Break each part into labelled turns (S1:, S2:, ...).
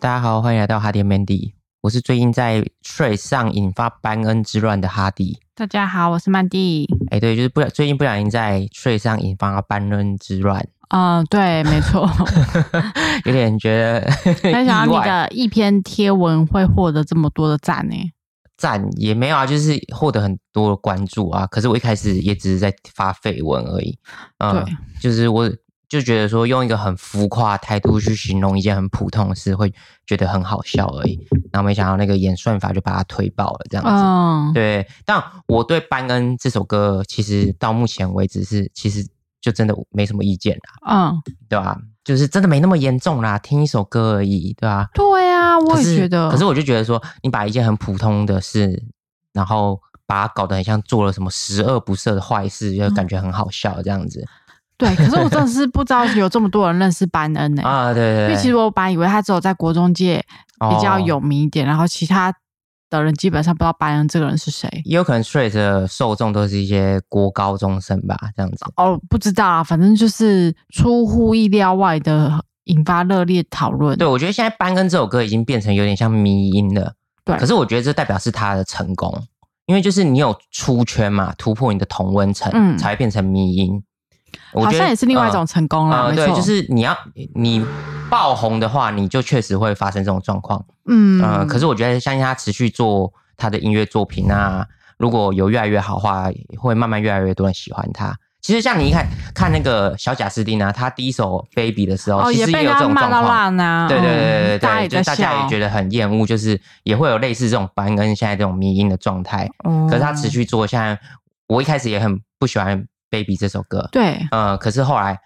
S1: 欢迎来到哈迪 Mandy，我是最近在 Trade 上引发班恩之乱的哈迪。
S2: 大家好，我是曼蒂。
S1: 哎，对，就是不小最近不小心在 Trade 上引发班恩之乱，
S2: 嗯、对，没错。
S1: 有点觉得
S2: 没
S1: 意
S2: 想到你
S1: 外。
S2: 的一篇贴文会获得这么多的赞 呢、
S1: 赞也没有啊，就是获得很多的关注啊。可是我一开始也只是在发绯闻而已。嗯
S2: 对，
S1: 就是我就觉得说，用一个很浮夸的态度去形容一件很普通的事，会觉得很好笑而已。然后没想到那个演算法就把它推爆了，这样子。
S2: 嗯，
S1: 对，但我对《班恩》这首歌，其实到目前为止是，其实就真的没什么意见啦，
S2: 嗯，
S1: 对吧、就是真的没那么严重啦，听一首歌而已，对吧、
S2: 对啊，我
S1: 可
S2: 也
S1: 是，
S2: 觉得。
S1: 可是我就觉得说，你把一件很普通的事，然后把它搞得很像做了什么十恶不赦的坏事，就
S2: 嗯
S1: 感觉很好笑这样子、
S2: 对，可是我真的是不知道有这么多人认识班恩呢、
S1: 啊，对对对，
S2: 因为其实我本来以为他只有在国中界比较有
S1: 哦
S2: 名一点，然后其他的人基本上不知道班恩这个人是谁。
S1: 也有可能 straight 的受众都是一些国高中生吧，这样子。
S2: 哦，不知道啊，反正就是出乎意料外的引发热烈讨论。
S1: 对，我觉得现在《班恩》这首歌已经变成有点像迷音了。
S2: 对
S1: 可是我觉得这代表是他的成功，因为就是你有出圈嘛，突破你的同温层，
S2: 嗯
S1: 才会变成迷音。我
S2: 好
S1: 觉得
S2: 像也是另外一种成功啦，
S1: 呃
S2: 没
S1: 对，
S2: 错，
S1: 就是你要你爆红的话，你就确实会发生这种状况。
S2: 嗯、
S1: 呃，可是我觉得相信他持续做他的音乐作品啊，如果有越来越好的话，会慢慢越来越多人喜欢他。其实像你一看看那个小贾斯汀啊，他第一首《Baby》的时候，
S2: 哦，
S1: 其
S2: 也
S1: 实
S2: 被
S1: 有这
S2: 他
S1: 种
S2: 骂
S1: 状
S2: 到
S1: 况。
S2: 烂啊，
S1: 对对对对对，
S2: 嗯大家也
S1: 就
S2: 在
S1: 大家
S2: 笑
S1: 也觉，得很厌恶，就是也会有类似这种班跟现在这种迷音的状态。
S2: 哦
S1: 可是他持续做，现在我一开始也很不喜欢《Baby》这首歌，
S2: 对，
S1: 呃，可是后来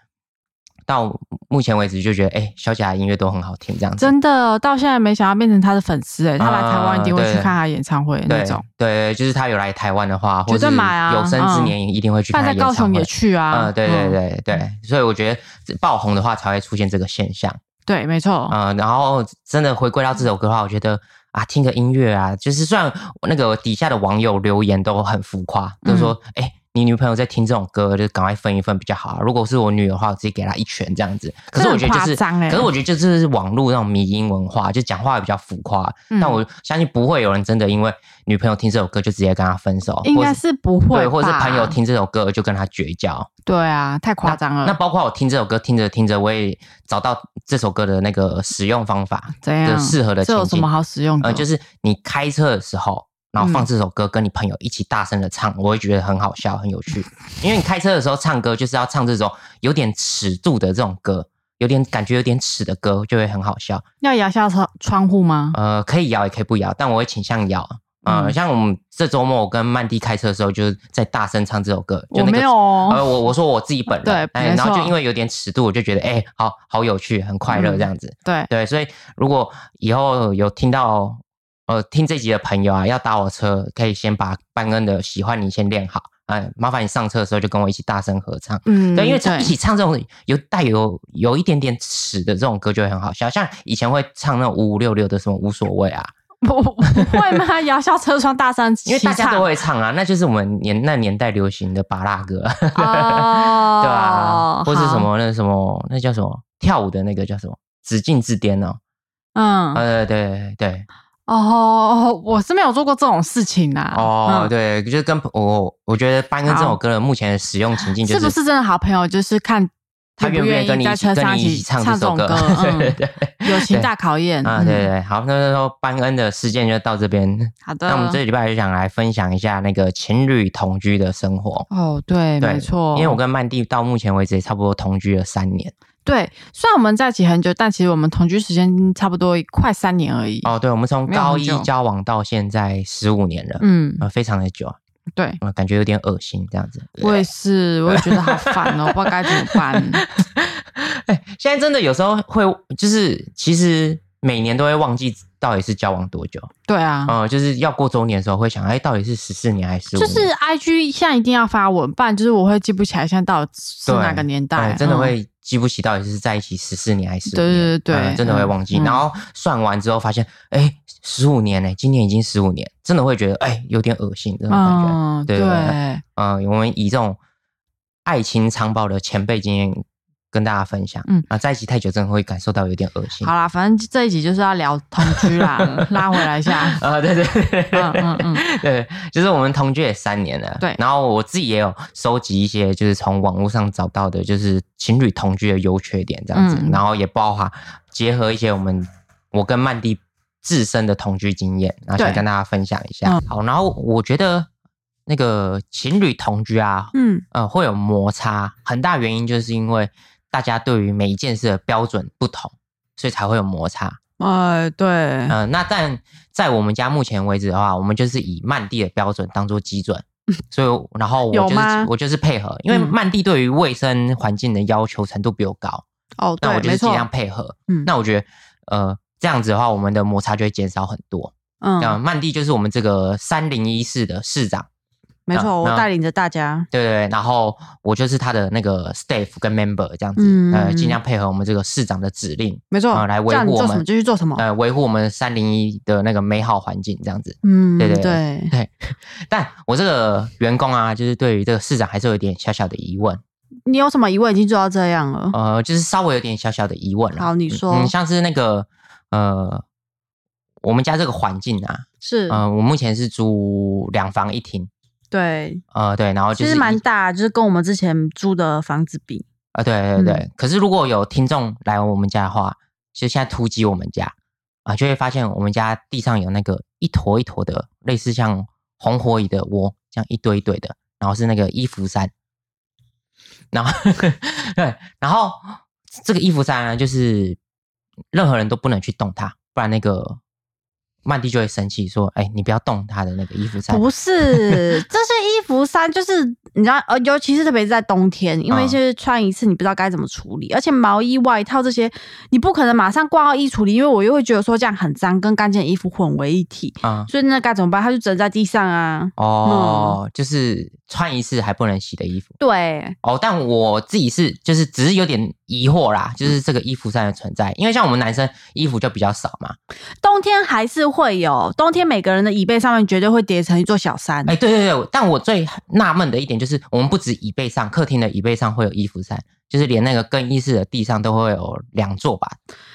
S1: 到目前为止就觉得，哎、小贾的音乐都很好听，这样子。
S2: 真的到现在没想到变成他的粉丝哎、他来台湾一定会去
S1: 啊对
S2: 看他演唱会的那
S1: 对
S2: 种，
S1: 对，就是他有来台湾的话，或
S2: 绝
S1: 者
S2: 对买啊
S1: 有生之年一定会去看
S2: 但
S1: 他
S2: 在
S1: 演
S2: 高
S1: 唱
S2: 雄
S1: 会
S2: 也。去啊，
S1: 嗯，对对
S2: 嗯
S1: 对对，所以我觉得这爆红的话才会出现这个现象。
S2: 对没错，
S1: 啊、然后真的回归到这首歌的话，我觉得啊，听个音乐啊，就是虽然那个底下的网友留言都很浮夸，都说哎、
S2: 嗯
S1: 诶你女朋友在听这种歌，就赶快分一分比较好、啊。如果是我女儿的话，我直接给她一拳这样子。可是我觉得就是，
S2: 这很夸张欸
S1: 可是我觉得这就是网络那种迷音文化，就讲话比较浮夸。
S2: 嗯
S1: 但我相信不会有人真的因为女朋友听这首歌就直接跟她分手，
S2: 应该
S1: 或者
S2: 是不会吧，
S1: 对，或者是朋友听这首歌就跟她绝交。
S2: 对啊，太夸张了，
S1: 那包括我听这首歌，听着听着，我也找到这首歌的那个使用方法
S2: 怎样
S1: 的适合的
S2: 这
S1: 情
S2: 有什么
S1: 境。
S2: 好使用的？
S1: 呃，就是你开车的时候，然
S2: 嗯
S1: 后放这首歌，跟你朋友一起大声的唱，我会觉得很好笑，很有趣。因为你开车的时候唱歌，就是要唱这种有点尺度的这种歌，有点感觉有点尺的歌，就会很好笑。
S2: 要摇下窗窗户吗？
S1: 呃，可以摇也可以不摇，但我会倾向摇。呃，
S2: 嗯
S1: 像我们这周末我跟曼迪开车的时候，就是在大声唱这首歌，就
S2: 我
S1: 那个
S2: 没有哦
S1: 呃，我我说我自己本人，
S2: 对
S1: 哎，
S2: 没
S1: 然后就
S2: 错嗯
S1: 因为有点尺度，我就觉得哎、好好有趣，很快乐这样子。
S2: 对，
S1: 对，所以如果以后有听到呃听这集的朋友啊，要搭我车，可以先把班恩的《喜欢你》先练好，哎、麻烦你上车的时候就跟我一起大声合唱。
S2: 嗯，
S1: 对，因为唱一起唱这种有带有有一点点尺的这种歌就会很好笑，像以前会唱那种五五六六的什么无所谓啊，
S2: 不不会吗？摇下车窗大声齐
S1: 因为大家
S2: 唱
S1: 都会唱啊，那就是我们年那年代流行的巴拉歌，
S2: 哦，
S1: 对吧？或是什
S2: 好？
S1: 么那什么那叫什么跳舞的那个叫什么紫禁之巅哦，
S2: 嗯，
S1: 呃对对对
S2: 哦，我是没有做过这种事情啦。
S1: 哦
S2: 嗯
S1: 对，就是跟我我觉得班跟这首歌的目前的使用情境就是
S2: 不是真的好朋友？就是看
S1: 他愿
S2: 不
S1: 不愿意跟
S2: 愿
S1: 你
S2: 意
S1: 一
S2: 在
S1: 起
S2: 车
S1: 跟
S2: 上
S1: 你一起
S2: 唱
S1: 唱这首歌
S2: 歌，，
S1: 对
S2: 嗯，
S1: 对对。
S2: 友情大考验。
S1: 啊，对对
S2: 嗯，
S1: 对，好，那那时候班恩的事件就到这边。
S2: 好的。
S1: 那我们这礼拜就想来分享一下那个情侣同居的生活。
S2: 哦，对，
S1: 对
S2: 没错，
S1: 因为我跟曼蒂到目前为止也差不多同居了三年。
S2: 对，虽然我们在一起很久，但其实我们同居时间差不多快三年而已。
S1: 哦，对，我们从
S2: 没有很
S1: 高一
S2: 久
S1: 交往到现在十五年了，
S2: 嗯，
S1: 呃，非常的久，
S2: 对，
S1: 呃，感觉有点恶心这样子。
S2: 我也是，我也觉得好烦哦，不知道该怎么办。
S1: 哎，现在真的有时候会，就是其实每年都会忘记到底是交往多久，
S2: 对啊，
S1: 呃，就是要过周年的时候会想，哎，到底是十四年还是十五
S2: 就
S1: 年？
S2: 是 I G 现在一定要发文，不然就是我会记不起来现在到底是
S1: 对
S2: 哪个年代，
S1: 嗯真的
S2: 嗯
S1: 会记不起到底是在一起十四年还是15
S2: 对
S1: 年
S2: 对对对
S1: 嗯真的会忘记。
S2: 嗯
S1: 然后算完之后发现，哎，十五年呢，今年已经十五年，真的会觉得哎有点恶心这种感觉。
S2: 嗯，
S1: 对哎
S2: 对
S1: 对呃，我们以这种爱情长跑的前辈经验跟大家分享。
S2: 嗯
S1: 嗯啊，在一起太久真的会感受到有点恶心。
S2: 好啦，反正这一集就是要聊同居 啦，拉回来一下。
S1: 啊，对对对，
S2: 嗯嗯嗯，
S1: 对，就是我们同居也三年了，
S2: 对
S1: 然后我自己也有收集一些，就是从网络上找到的，就是情侣同居的优缺点这样子，
S2: 嗯
S1: 然后也包含结合一些我们我跟曼蒂自身的同居经验，然后想
S2: 对嗯
S1: 跟大家分享一下。好，然后我觉得那个情侣同居啊，
S2: 嗯，
S1: 呃，会有摩擦，很大原因就是因为大家对于每一件事的标准不同，所以才会有摩擦。
S2: 呃，对，
S1: 嗯，那但在我们家目前为止的话，我们就是以曼蒂的标准当做基准，所以然后我
S2: 嗯有
S1: 就是
S2: 吗
S1: 我就是配合，因为
S2: 嗯
S1: 曼蒂对于卫生环境的要求程度比我高，
S2: 哦，
S1: 那我
S2: 对，
S1: 就
S2: 没
S1: 是尽
S2: 错，
S1: 量配合。
S2: 嗯
S1: 那我觉得呃这样子的话，我们的摩擦就会减少很多。那、
S2: 嗯，
S1: 曼蒂就是我们这个三零一室的市长，
S2: 没错，
S1: 嗯
S2: 我
S1: 那
S2: 带领着大家，
S1: 对对对，然后我就是他的那个 staff 跟 member 这样子，
S2: 嗯
S1: 呃，尽
S2: 嗯
S1: 量配合我们这个市长的指令，
S2: 没错，
S1: 啊来维
S2: 叫你
S1: 护我
S2: 做什么
S1: 们
S2: 就去做什么，
S1: 呃，维护我们三零一的那个美好环境这样子。
S2: 嗯，
S1: 对对
S2: 对，
S1: 对，但我这个员工啊，就是对于这个市长还是有一点小小的疑问，
S2: 你有什么疑问已经做到这样了，
S1: 呃，就是稍微有点小小的疑问啦。
S2: 哦好你
S1: 嗯
S2: 说
S1: 嗯，像是那个呃，我们家这个环境啊，
S2: 是，
S1: 呃，我目前是租两房一厅，
S2: 对，
S1: 呃，对，然后就
S2: 其
S1: 是
S2: 实蛮
S1: 一
S2: 大，就是跟我们之前租的房子比，
S1: 呃，对对对。
S2: 嗯
S1: 可是如果有听众来我们家的话，就现在突击我们家啊、就会发现我们家地上有那个一坨一坨的，类似像红火蚁的窝，这样一堆一堆的，然后是那个衣服衫，然后 对，然后这个衣服衫呢，就是任何人都不能去动它，不然那个曼蒂就会生气说：“哎，你不要动他的那个衣服衫。”
S2: 不是，这些衣服衫就是你知道，呃，尤其是特别是在冬天，因为
S1: 嗯
S2: 就是穿一次你不知道该怎么处理，而且毛衣、外套这些你不可能马上挂到衣橱里，因为我又会觉得说这样很脏，跟干净的衣服混为一体，
S1: 啊、
S2: 所以那该怎么办？它就整在地上啊。
S1: 哦，就是穿一次还不能洗的衣服。
S2: 对，
S1: 哦，但我自己是就是只是有点疑惑啦，就是这个衣服上的存在，因为像我们男生衣服就比较少嘛。
S2: 冬天还是会有，冬天每个人的椅背上面绝对会叠成一座小山。
S1: 哎、对对对，但我最纳闷的一点就是，我们不止椅背上，客厅的椅背上会有衣服衫，就是连那个更衣室的地上都会有两座吧。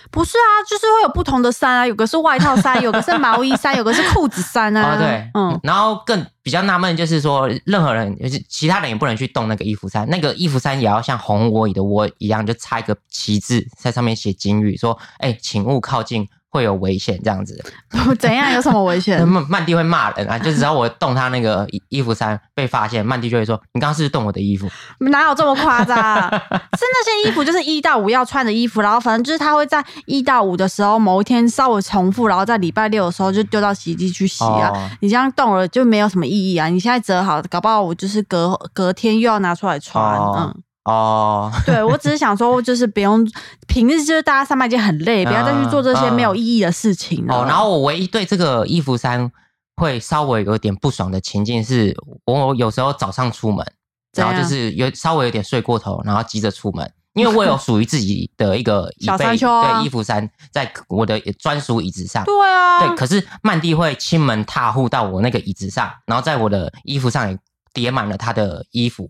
S2: 不是啊，就是会有不同的衫啊，有个是外套衫，有个是毛衣衫，有个是裤子衫 啊。
S1: 哦，对，
S2: 嗯
S1: 嗯，，然后更比较纳闷就是说，任何人就是其他人也不能去动那个衣服衫，那个衣服衫也要像红窝椅的窝一样，就插一个旗帜在上面写警语，说，哎、请勿靠近，会有危险这样子。
S2: 嗯怎样？有什么危 险
S1: 那？呃曼曼蒂会骂 人啊，就只要我动他那个衣衣服衫被发现，曼蒂就会说：“你刚刚是不是动我的衣服
S2: 哪有这么夸张啊？ 是那些衣服就是一到五要穿的衣服，然后反正就是他会在一到五的时候某一天稍微重复，然后在礼拜六的时候就丢到洗衣机去洗啊。
S1: 哦
S2: 你这样动了就没有什么意义啊！你现在折好，搞不好我就是隔隔天又要拿出来穿。
S1: 哦
S2: 嗯，？”
S1: 哦，
S2: 对我只是想说，就是不用平日就是大家上班已经很累，
S1: 嗯
S2: 不要再去做这些没有意义的事情了。
S1: 哦，然后我唯一对这个衣服衫会稍微有点不爽的情境是，我有时候早上出门，
S2: 怎
S1: 然
S2: 样
S1: 后就是有稍微有点睡过头，然后急着出门，因为我 有属于自己的一个椅
S2: 小山
S1: 背
S2: 丘啊
S1: 对衣服衫在我的专属椅子上。
S2: 对啊，
S1: 对，可是曼蒂会亲门踏户到我那个椅子上，然后在我的衣服上也叠满了她的衣服，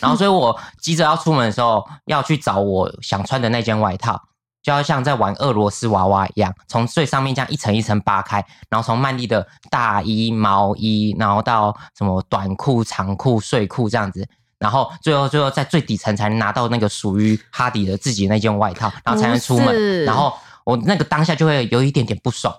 S1: 然后所以我急着要出门的时候，要去找我想穿的那件外套，就要像在玩俄罗斯娃娃一样，从最上面这样一层一层扒开，然后从曼蒂的大衣、毛衣，然后到什么短裤、长裤、睡裤这样子。然后最后最后在最底层才能拿到那个属于哈迪的自己那件外套，然后才能出
S2: 不是
S1: 门。然后我那个当下就会有一点点不爽，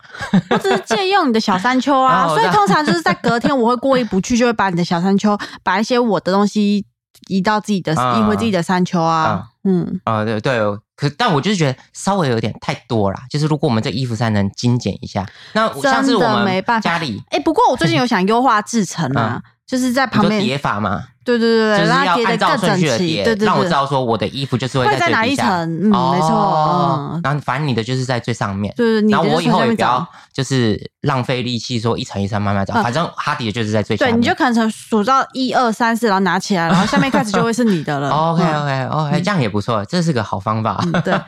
S2: 我只是借用你的小山丘啊，
S1: 啊我
S2: 所以
S1: 知道
S2: 通常就是在隔天我会过意不去，就会把你的小山丘把一些我的东西移到自己的
S1: 啊
S2: 移回自己的山丘啊，嗯，
S1: 啊、对对，可但我就是觉得稍微有点太多啦。就是如果我们这衣服衫能精简一下，那
S2: 真的
S1: 像是我
S2: 没
S1: 们
S2: 办法
S1: 家里
S2: 哎，不过我最 近有想优化制成啊，就是在
S1: 你
S2: 旁
S1: 说
S2: 边，
S1: 叠法嘛，
S2: 对对
S1: 就
S2: 对
S1: 是
S2: 对，让它
S1: 要
S2: 叠
S1: 按
S2: 得
S1: 照
S2: 更
S1: 顺
S2: 整
S1: 序的
S2: 齐，
S1: 叠，
S2: 对对对，
S1: 让我知道说我的衣服就是
S2: 会在
S1: 最
S2: 哪
S1: 底
S2: 一层
S1: 下，
S2: 嗯，没错，
S1: 哦
S2: 嗯，
S1: 然后反正你的就是在最上面。
S2: 对对，你
S1: 然后
S2: 的就
S1: 我以
S2: 从
S1: 后
S2: 下
S1: 也
S2: 面
S1: 不
S2: 找
S1: 要。就是浪费力气说一层一层慢慢找，
S2: 嗯
S1: 反正哈迪的就是在最下
S2: 对，
S1: 面。
S2: 你就可能从数到一二三四，然后拿起来，然后下面开始就会是你的了。
S1: OK
S2: 嗯
S1: OK OK，这样也不错，这是个好方法。
S2: 嗯对，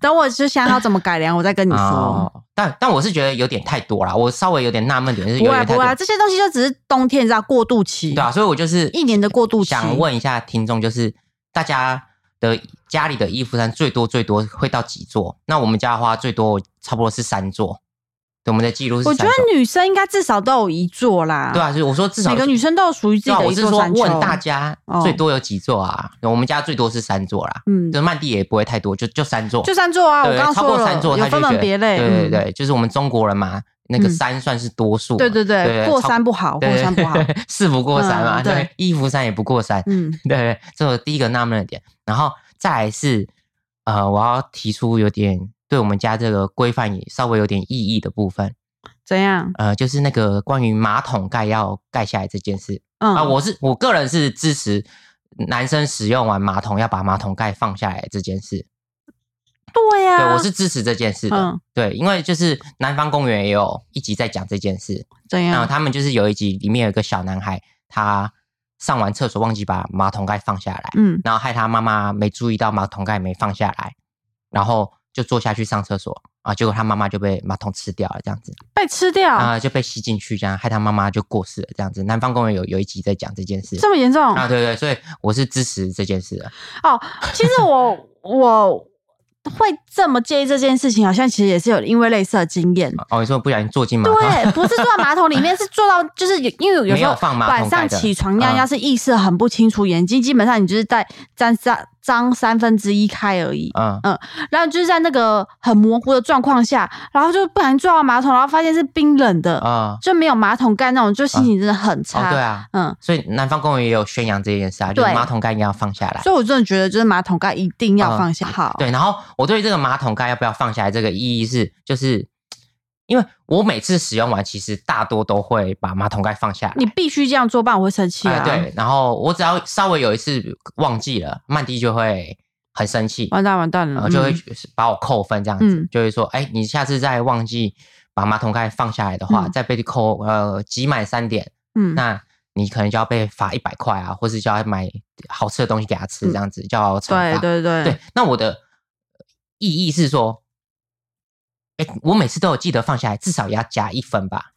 S2: 等我就想好怎么改良，我再跟你说。
S1: 哦，但但我是觉得有点太多啦，我稍微有点纳闷点，就是
S2: 不
S1: 有
S2: 会
S1: 点
S2: 不
S1: 太
S2: 会
S1: 多
S2: 啊，。这些东西就只是冬天，你知道过渡期，
S1: 啊对啊，所以我就是
S2: 一年的过渡期。
S1: 想问一下听众，就是大家的家里的衣服山最多最多会到几座？那我们家的话，最多差不多是三座。对，我们的记录是
S2: 我
S1: 三
S2: 觉
S1: 座。
S2: 得女生应该至少都有一座啦。
S1: 对啊，就是我说至少
S2: 每个女生都有属于自己
S1: 对啊，
S2: 的
S1: 我
S2: 一
S1: 是
S2: 座
S1: 说
S2: 山丘。
S1: 问大家
S2: 哦
S1: 最多有几座啊？我们家最多是三座啦，
S2: 嗯，
S1: 就曼蒂也不会太多，就就三座。
S2: 就三座啊，我
S1: 对，
S2: 刚刚
S1: 超
S2: 说
S1: 过
S2: 了，
S1: 三座
S2: 有
S1: 他就
S2: 分
S1: 觉
S2: 门
S1: 得
S2: 别类。
S1: 对对
S2: 嗯
S1: 对，就是我们中国人嘛，那个
S2: 嗯
S1: 三算是多数嘛。
S2: 对对对
S1: 对，
S2: 过
S1: 超
S2: 山不好，过
S1: 对
S2: 山不好。，
S1: 四不过三嘛，
S2: 嗯
S1: 对
S2: 对，
S1: 一服三也不过三。
S2: 嗯，
S1: 对 对，这是我第一个纳闷的点。然后再来是，呃，我要提出有点对我们家这个规范也稍微有点异议的部分，
S2: 怎样？
S1: 呃，就是那个关于马桶盖要盖下来这件事
S2: 嗯
S1: 啊，我是我个人是支持男生使用完马桶要把马桶盖放下来这件事，
S2: 对呀、
S1: 对我是支持这件事的
S2: 嗯，
S1: 对，因为就是南方公园也有一集在讲这件事，
S2: 怎
S1: 然后
S2: 样？
S1: 啊他们就是有一集里面有一个小男孩，他上完厕所忘记把马桶盖放下来，
S2: 嗯，
S1: 然后害他妈妈没注意到马桶盖没放下来，然后就坐下去上厕所啊，结果他妈妈就被马桶吃掉了，这样子
S2: 被吃掉、
S1: 啊、就被吸进去，这样害他妈妈就过世了，这样子。南方公园有有一集在讲这件事
S2: 这么严重、
S1: 啊，对对，所以我是支持这件事的，
S2: 哦。其 实我我会这么介意这件事情，好像其实也是有因为类似的经验。
S1: 哦，你说不小心坐进马桶，
S2: 对，不是坐到马桶里面，是坐到就是 有因为有
S1: 没
S2: 时
S1: 有
S2: 候
S1: 放马
S2: 晚
S1: 桶盖
S2: 上
S1: 的
S2: 起床尿
S1: 嗯
S2: 尿是意识很不清楚，眼睛基本上你就是在张三张三分之一开而已。
S1: 嗯，
S2: 然后就是在那个很模糊的状况下，然后就不小心撞到马桶，然后发现是冰冷的，
S1: 啊、
S2: 就没有马桶盖那种，就心情真的很
S1: 哦，
S2: 差。
S1: 对啊，
S2: 嗯，
S1: 所以南方公园也有宣扬这件事啊，就是
S2: 对
S1: 马桶盖应该要放下来。
S2: 所以我真的觉得就是马桶盖一定要放下。好，
S1: 嗯对，然后我对这个马桶盖要不要放下来这个意义是，就是因为我每次使用完，其实大多都会把马桶盖放下来。
S2: 你必须这样做，不然我会生气
S1: 哎
S2: 啊。
S1: 对，然后我只要稍微有一次忘记了，曼迪就会很生气，
S2: 完蛋完蛋
S1: 然
S2: 了，
S1: 后就会
S2: 哦嗯
S1: 把我扣分这样子，
S2: 嗯
S1: 就会说，哎，你下次再忘记把马桶盖放下来的话，
S2: 嗯
S1: 再被扣呃集满三点，
S2: 嗯
S1: 那你可能就要被罚一百块啊，或是就要买好吃的东西给他吃，这样子、就要惩罚
S2: 嗯对。对对
S1: 对，那我的意义是说，哎、我每次都有记得放下来，至少也要加一分吧。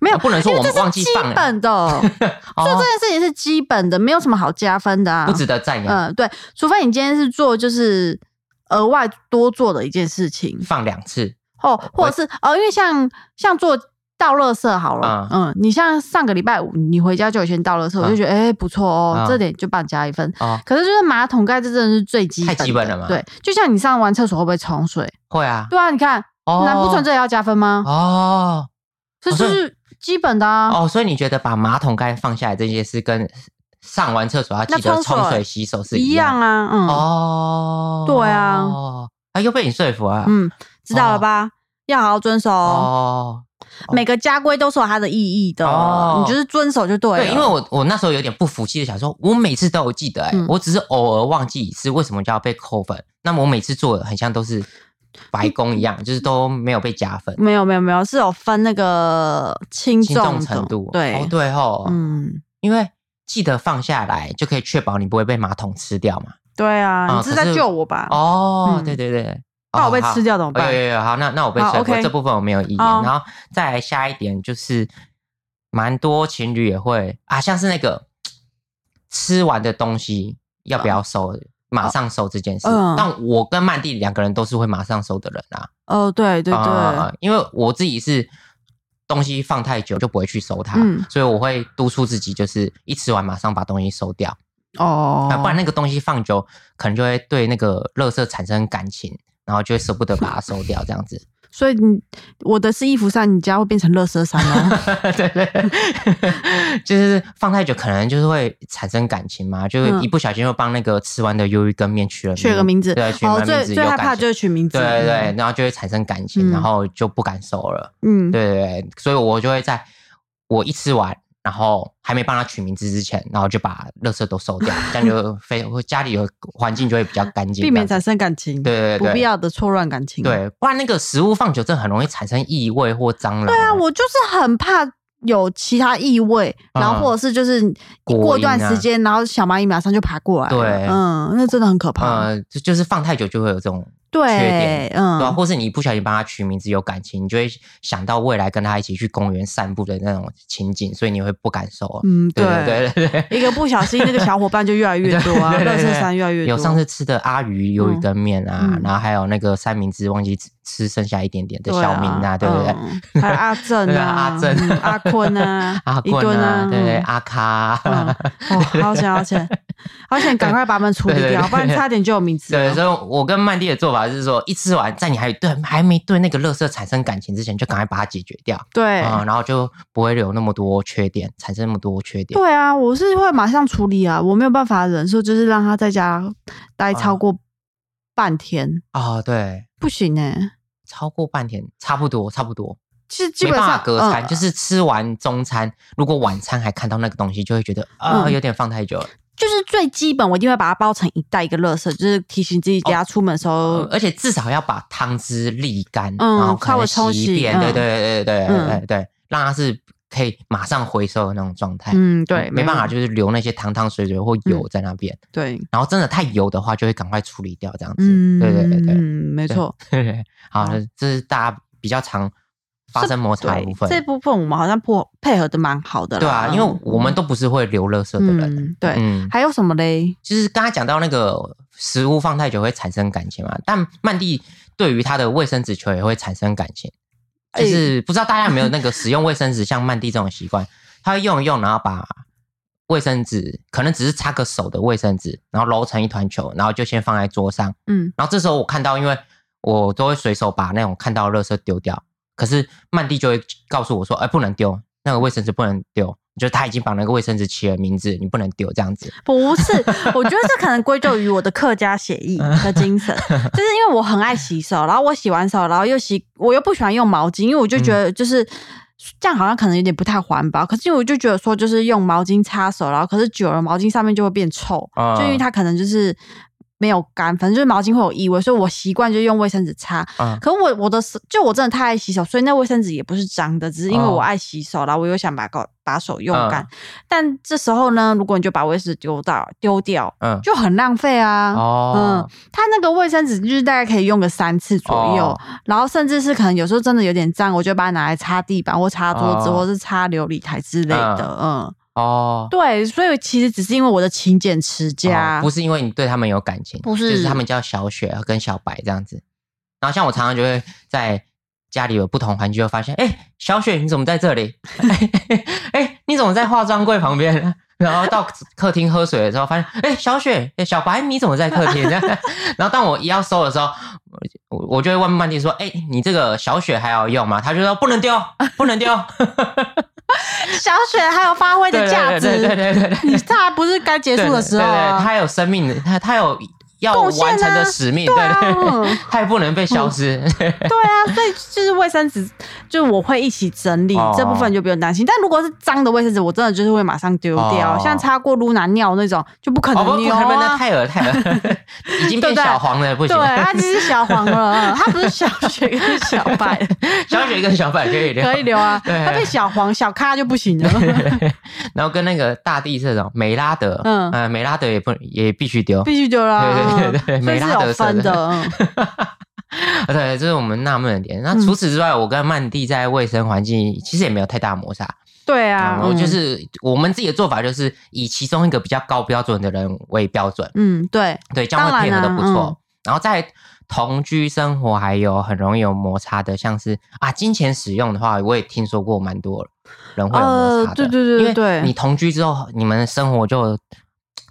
S2: 没有
S1: 不能说
S2: 因
S1: 我
S2: 为
S1: 们
S2: 这
S1: 忘
S2: 是
S1: 记
S2: 基
S1: 放了，
S2: 本的，做
S1: 哦，
S2: 这件事情是基本的，没有什么好加分的啊。
S1: 不值得赞扬，
S2: 嗯，对，除非你今天是做就是额外多做的一件事情，
S1: 放两次
S2: 哦，或者是哦，因为像像做倒垃圾好
S1: 啊
S2: 了，嗯你像上个礼拜五你回家就有先倒垃圾，我就觉得哎、诶不错哦，
S1: 嗯
S2: 这点就帮你加一分。
S1: 哦，
S2: 可是就是马桶盖，这真的是最基本的
S1: 太基本了嘛
S2: 对，就像你上完厕所会不会冲水？
S1: 会啊，
S2: 对啊，你看，
S1: 哦，
S2: 难不成这也要加分吗？
S1: 哦
S2: 这就是基本的啊。
S1: 哦，所以你觉得把马桶盖放下来这件事，跟上完厕所要记
S2: 那
S1: 得
S2: 冲水
S1: 冲水、洗手是
S2: 一
S1: 样
S2: 样啊，嗯、
S1: 哦，
S2: 对啊
S1: 啊，又被你说服啊，
S2: 嗯，知道了吧？要好好遵守哦，
S1: 哦，
S2: 每个家规都是有它的意义的，
S1: 哦
S2: 你就是遵守就对了。啊
S1: 对，因为我我那时候有点不服气的想说，我每次都有记得、欸，
S2: 嗯
S1: 我只是偶尔忘记一次，为什么就要被扣分？那么我每次做的很像都是白宫一
S2: 嗯
S1: 样，就是都没有被加分，
S2: 没有没有没有是有分那个轻
S1: 轻
S2: 重
S1: 重
S2: 的
S1: 程度。
S2: 对、
S1: 哦，对哦，
S2: 嗯。
S1: 因为记得放下来，就可以确保你不会被马桶吃掉嘛。
S2: 对啊，
S1: 啊
S2: 你是
S1: 可
S2: 在
S1: 是
S2: 救我吧？
S1: 哦，
S2: 嗯
S1: 对对对，
S2: 怕我被
S1: 哦好
S2: 吃掉怎么
S1: 哦有
S2: 办？
S1: 有有，好，那那我被
S2: 好
S1: 说过
S2: OK
S1: 这部分我没有意见。
S2: 好
S1: 然后再来下一点就是，蛮多情侣也会啊，像是那个吃完的东西要不要收，马上收这件事。
S2: 哦嗯
S1: 但我跟曼蒂两个人都是会马上收的人啊，
S2: 哦，对对对，
S1: 啊因为我自己是。东西放太久就不会去收它，
S2: 嗯
S1: 所以我会督促自己，就是一吃完马上把东西收掉，
S2: 哦
S1: 啊，不然那个东西放久，可能就会对那个垃圾产生感情，然后就会舍不得把它收掉，这样子。
S2: 所以你我的是衣服衫，你家会变成乐色衫哦。
S1: 对对， 就是放太久，可能就是会产生感情嘛，就是
S2: 嗯
S1: 一不小心又帮那个吃完的鱿鱼羹面取了
S2: 取了个名字
S1: 对，取
S2: 哦
S1: 了，名
S2: 最
S1: 字
S2: 最
S1: 有
S2: 害怕
S1: 感情。
S2: 就是取名字，
S1: 对对对，然后就会产生感情，
S2: 嗯
S1: 然后就不敢收了。
S2: 嗯，嗯，
S1: 对对对，所以我就会在我一吃完，然后还没帮他取名字之前，然后就把垃圾都收掉，这样就非 会家里有环境就会比较干净，
S2: 避免
S1: 这样子
S2: 产生感情，
S1: 对对对
S2: 不必要的错乱感情。
S1: 对，不然那个食物放久，真的很容易产生异味或蟑螂啊。
S2: 对啊，我就是很怕。有其他异味，
S1: 嗯
S2: 然后或者是就是
S1: 果蝇啊
S2: 过一段时间，然后小蚂蚁马上就爬过来了，
S1: 对
S2: 嗯，那真的很可怕。
S1: 呃，就就是放太久就会有这种缺点对、
S2: 对，
S1: 啊，
S2: 嗯，
S1: 或是你不小心帮他取名字有感情，你就会想到未来跟他一起去公园散步的那种情景，所以你会不敢收啊。
S2: 嗯，
S1: 对对对 对对。
S2: 一个不小心，那个小伙伴就越来越多啊，
S1: 对对对对
S2: 乐色山越来越
S1: 有
S2: 多。
S1: 上次吃的阿鱼鱿鱼羹面啊，
S2: 嗯
S1: 然后还有那个三明治，忘记吃吃剩下一点点的小明啊，对不对？
S2: 对？嗯还有阿 正
S1: 对
S2: 啊，
S1: 啊阿正，
S2: 嗯阿坤啊
S1: 阿
S2: 一
S1: 棍
S2: 吨
S1: 啊，对对，
S2: 嗯
S1: 阿卡
S2: 嗯
S1: 啊，
S2: 哦，好险好险，好险！赶快把他们处理
S1: 对对
S2: 掉，
S1: 对
S2: 不然差点就有名字
S1: 对，
S2: 了。
S1: 所以我跟曼蒂的做法是说，一吃完，在你还对还没对那个垃圾产生感情之前，就赶快把它解决掉
S2: 对
S1: 啊、然后就不会有那么多缺点，产生那么多缺点。
S2: 对啊，我是会马上处理啊，我没有办法忍受，就是让他在家待超过半天，
S1: 啊、对，
S2: 不行哎、
S1: 超过半天，差不多，差不多，
S2: 其实基
S1: 没
S2: 本
S1: 办法
S2: 上
S1: 隔餐，
S2: 嗯
S1: 就是吃完中餐，如果晚餐还看到那个东西，就会觉得啊、
S2: 嗯
S1: 有点放太久了。
S2: 就是最基本，我一定会把它包成一袋一个垃圾，就是提醒自己等下出门的时候，
S1: 呃而且至少要把汤汁沥干，
S2: 嗯
S1: 然后可
S2: 稍微
S1: 能
S2: 冲
S1: 洗一
S2: 洗
S1: 遍，对对
S2: 嗯
S1: 对对对对
S2: 嗯
S1: 对，让它是可以马上回收的那种状态。
S2: 嗯，对，
S1: 没办法，
S2: 有，
S1: 就是留那些汤汤水水或
S2: 嗯
S1: 油在那边，
S2: 对，
S1: 然后真的太油的话，就会赶快处理掉这样子。
S2: 嗯，
S1: 对对对对
S2: 嗯没错，
S1: 对 对，好，
S2: 好
S1: 这是大家比较常发生摩擦的
S2: 对
S1: 部分。
S2: 这部分我们好像配配合的蛮好的啦，
S1: 对啊，因为我们都不是会留垃圾的人。
S2: 嗯，对，
S1: 嗯，
S2: 还有什么嘞？
S1: 就是刚才讲到那个食物放太久会产生感情嘛，但曼蒂对于她的卫生纸球也会产生感情，
S2: 哎
S1: 就是不知道大家有没有那 个使用卫生纸像曼蒂这种习惯，她会用一用，然后把卫生纸可能只是擦个手的卫生纸，然后揉成一团球，然后就先放在桌上，
S2: 嗯，
S1: 然后这时候我看到，因为我都会随手把那种看到的垃圾丢掉，可是曼蒂就会告诉我说，哎、不能丢，那个卫生纸不能丢。就是他已经把那个卫生纸起了名字，你不能丢这样子。
S2: 不是，我觉得这可能归咎于我的客家写意的精神，就是因为我很爱洗手，然后我洗完手，然后又洗，我又不喜欢用毛巾，因为我就觉得就是。这样好像可能有点不太环保，可是因为我就觉得说，就是用毛巾擦手，然后可是久了毛巾上面就会变臭，
S1: 啊
S2: 就因为它可能就是没有干，反正就是毛巾会有异味，所以我习惯就用卫生纸擦。
S1: 嗯
S2: 可我我的手就我真的太爱洗手，所以那卫生纸也不是脏的，只是因为
S1: 哦
S2: 我爱洗手，然后我又想把搞把手用干。
S1: 嗯
S2: 但这时候呢，如果你就把卫生纸丢到丢掉，
S1: 嗯，
S2: 就很浪费啊。
S1: 哦，
S2: 嗯，它那个卫生纸就是大概可以用个三次左右，
S1: 哦
S2: 然后甚至是可能有时候真的有点脏，我就把它拿来擦地板或擦桌子，
S1: 哦
S2: 或是擦琉璃台之类的。嗯
S1: 哦，
S2: 对，所以其实只是因为我的勤俭持家，
S1: 哦不是因为你对他们有感情，
S2: 不是
S1: 就是他们叫小雪跟小白这样子。然后像我常常就会在家里有不同环境，就发现，哎、小雪你怎么在这里？哎、 哎你怎么在化妆柜旁边？ 然后到客厅喝水的时候，发现，哎、小雪、哎小白你怎么在客厅？ 然后当我一要收的时候，我我就会问曼蒂说，哎、你这个小雪还要用吗？他就说不能丢，不能 丢。
S2: 小雪还有发挥的价值。
S1: 对对对对对对对
S2: 你他不是该结束的时候、
S1: 对对
S2: 啊
S1: 对，他有生命的，他他有要
S2: 贡献啊
S1: 完成的使命，
S2: 对啊
S1: 对对对
S2: 嗯，
S1: 他也不能被消失。
S2: 对啊，所以就是卫生纸，就是我会一起整理、
S1: 哦
S2: 这部分就不用担心。但如果是脏的卫生纸，我真的就是会马上丢掉，
S1: 哦
S2: 像擦过露娜尿那种就不可
S1: 哦不，
S2: 能
S1: 不
S2: 丢
S1: 能那
S2: 啊。
S1: 太恶太恶， 已经变
S2: 对对
S1: 小黄了，不
S2: 对，
S1: 行。
S2: 它只是小 黄了，它不是小雪跟小白，
S1: 小雪跟小白可以聊，
S2: 可以留啊。
S1: 对
S2: 它被小黄、小咖就不行了。
S1: 然后跟那个大地这种美拉德，嗯
S2: 嗯
S1: 呃，美拉德也不也必须丢。
S2: 必须丢啦、
S1: 对对对对
S2: 所以是有分
S1: 美拉
S2: 的。嗯
S1: 对，这是我们纳闷的点。那除此之外，我跟曼蒂在卫生环境其实也没有太大摩擦。
S2: 对
S1: 啊，
S2: 啊，
S1: 我就
S2: 嗯
S1: 是我们自己的做法就是以其中一个比较高标准的人为标准，
S2: 嗯，对，
S1: 对，这样会配合的不
S2: 当
S1: 错。
S2: 然啊
S1: 然后在同居生活还有很容易有摩擦的，像是啊金钱使用的话，我也听说过蛮多人会有摩擦的。
S2: 呃对对对对
S1: 因
S2: 对
S1: 为你同居之后，你们的生活就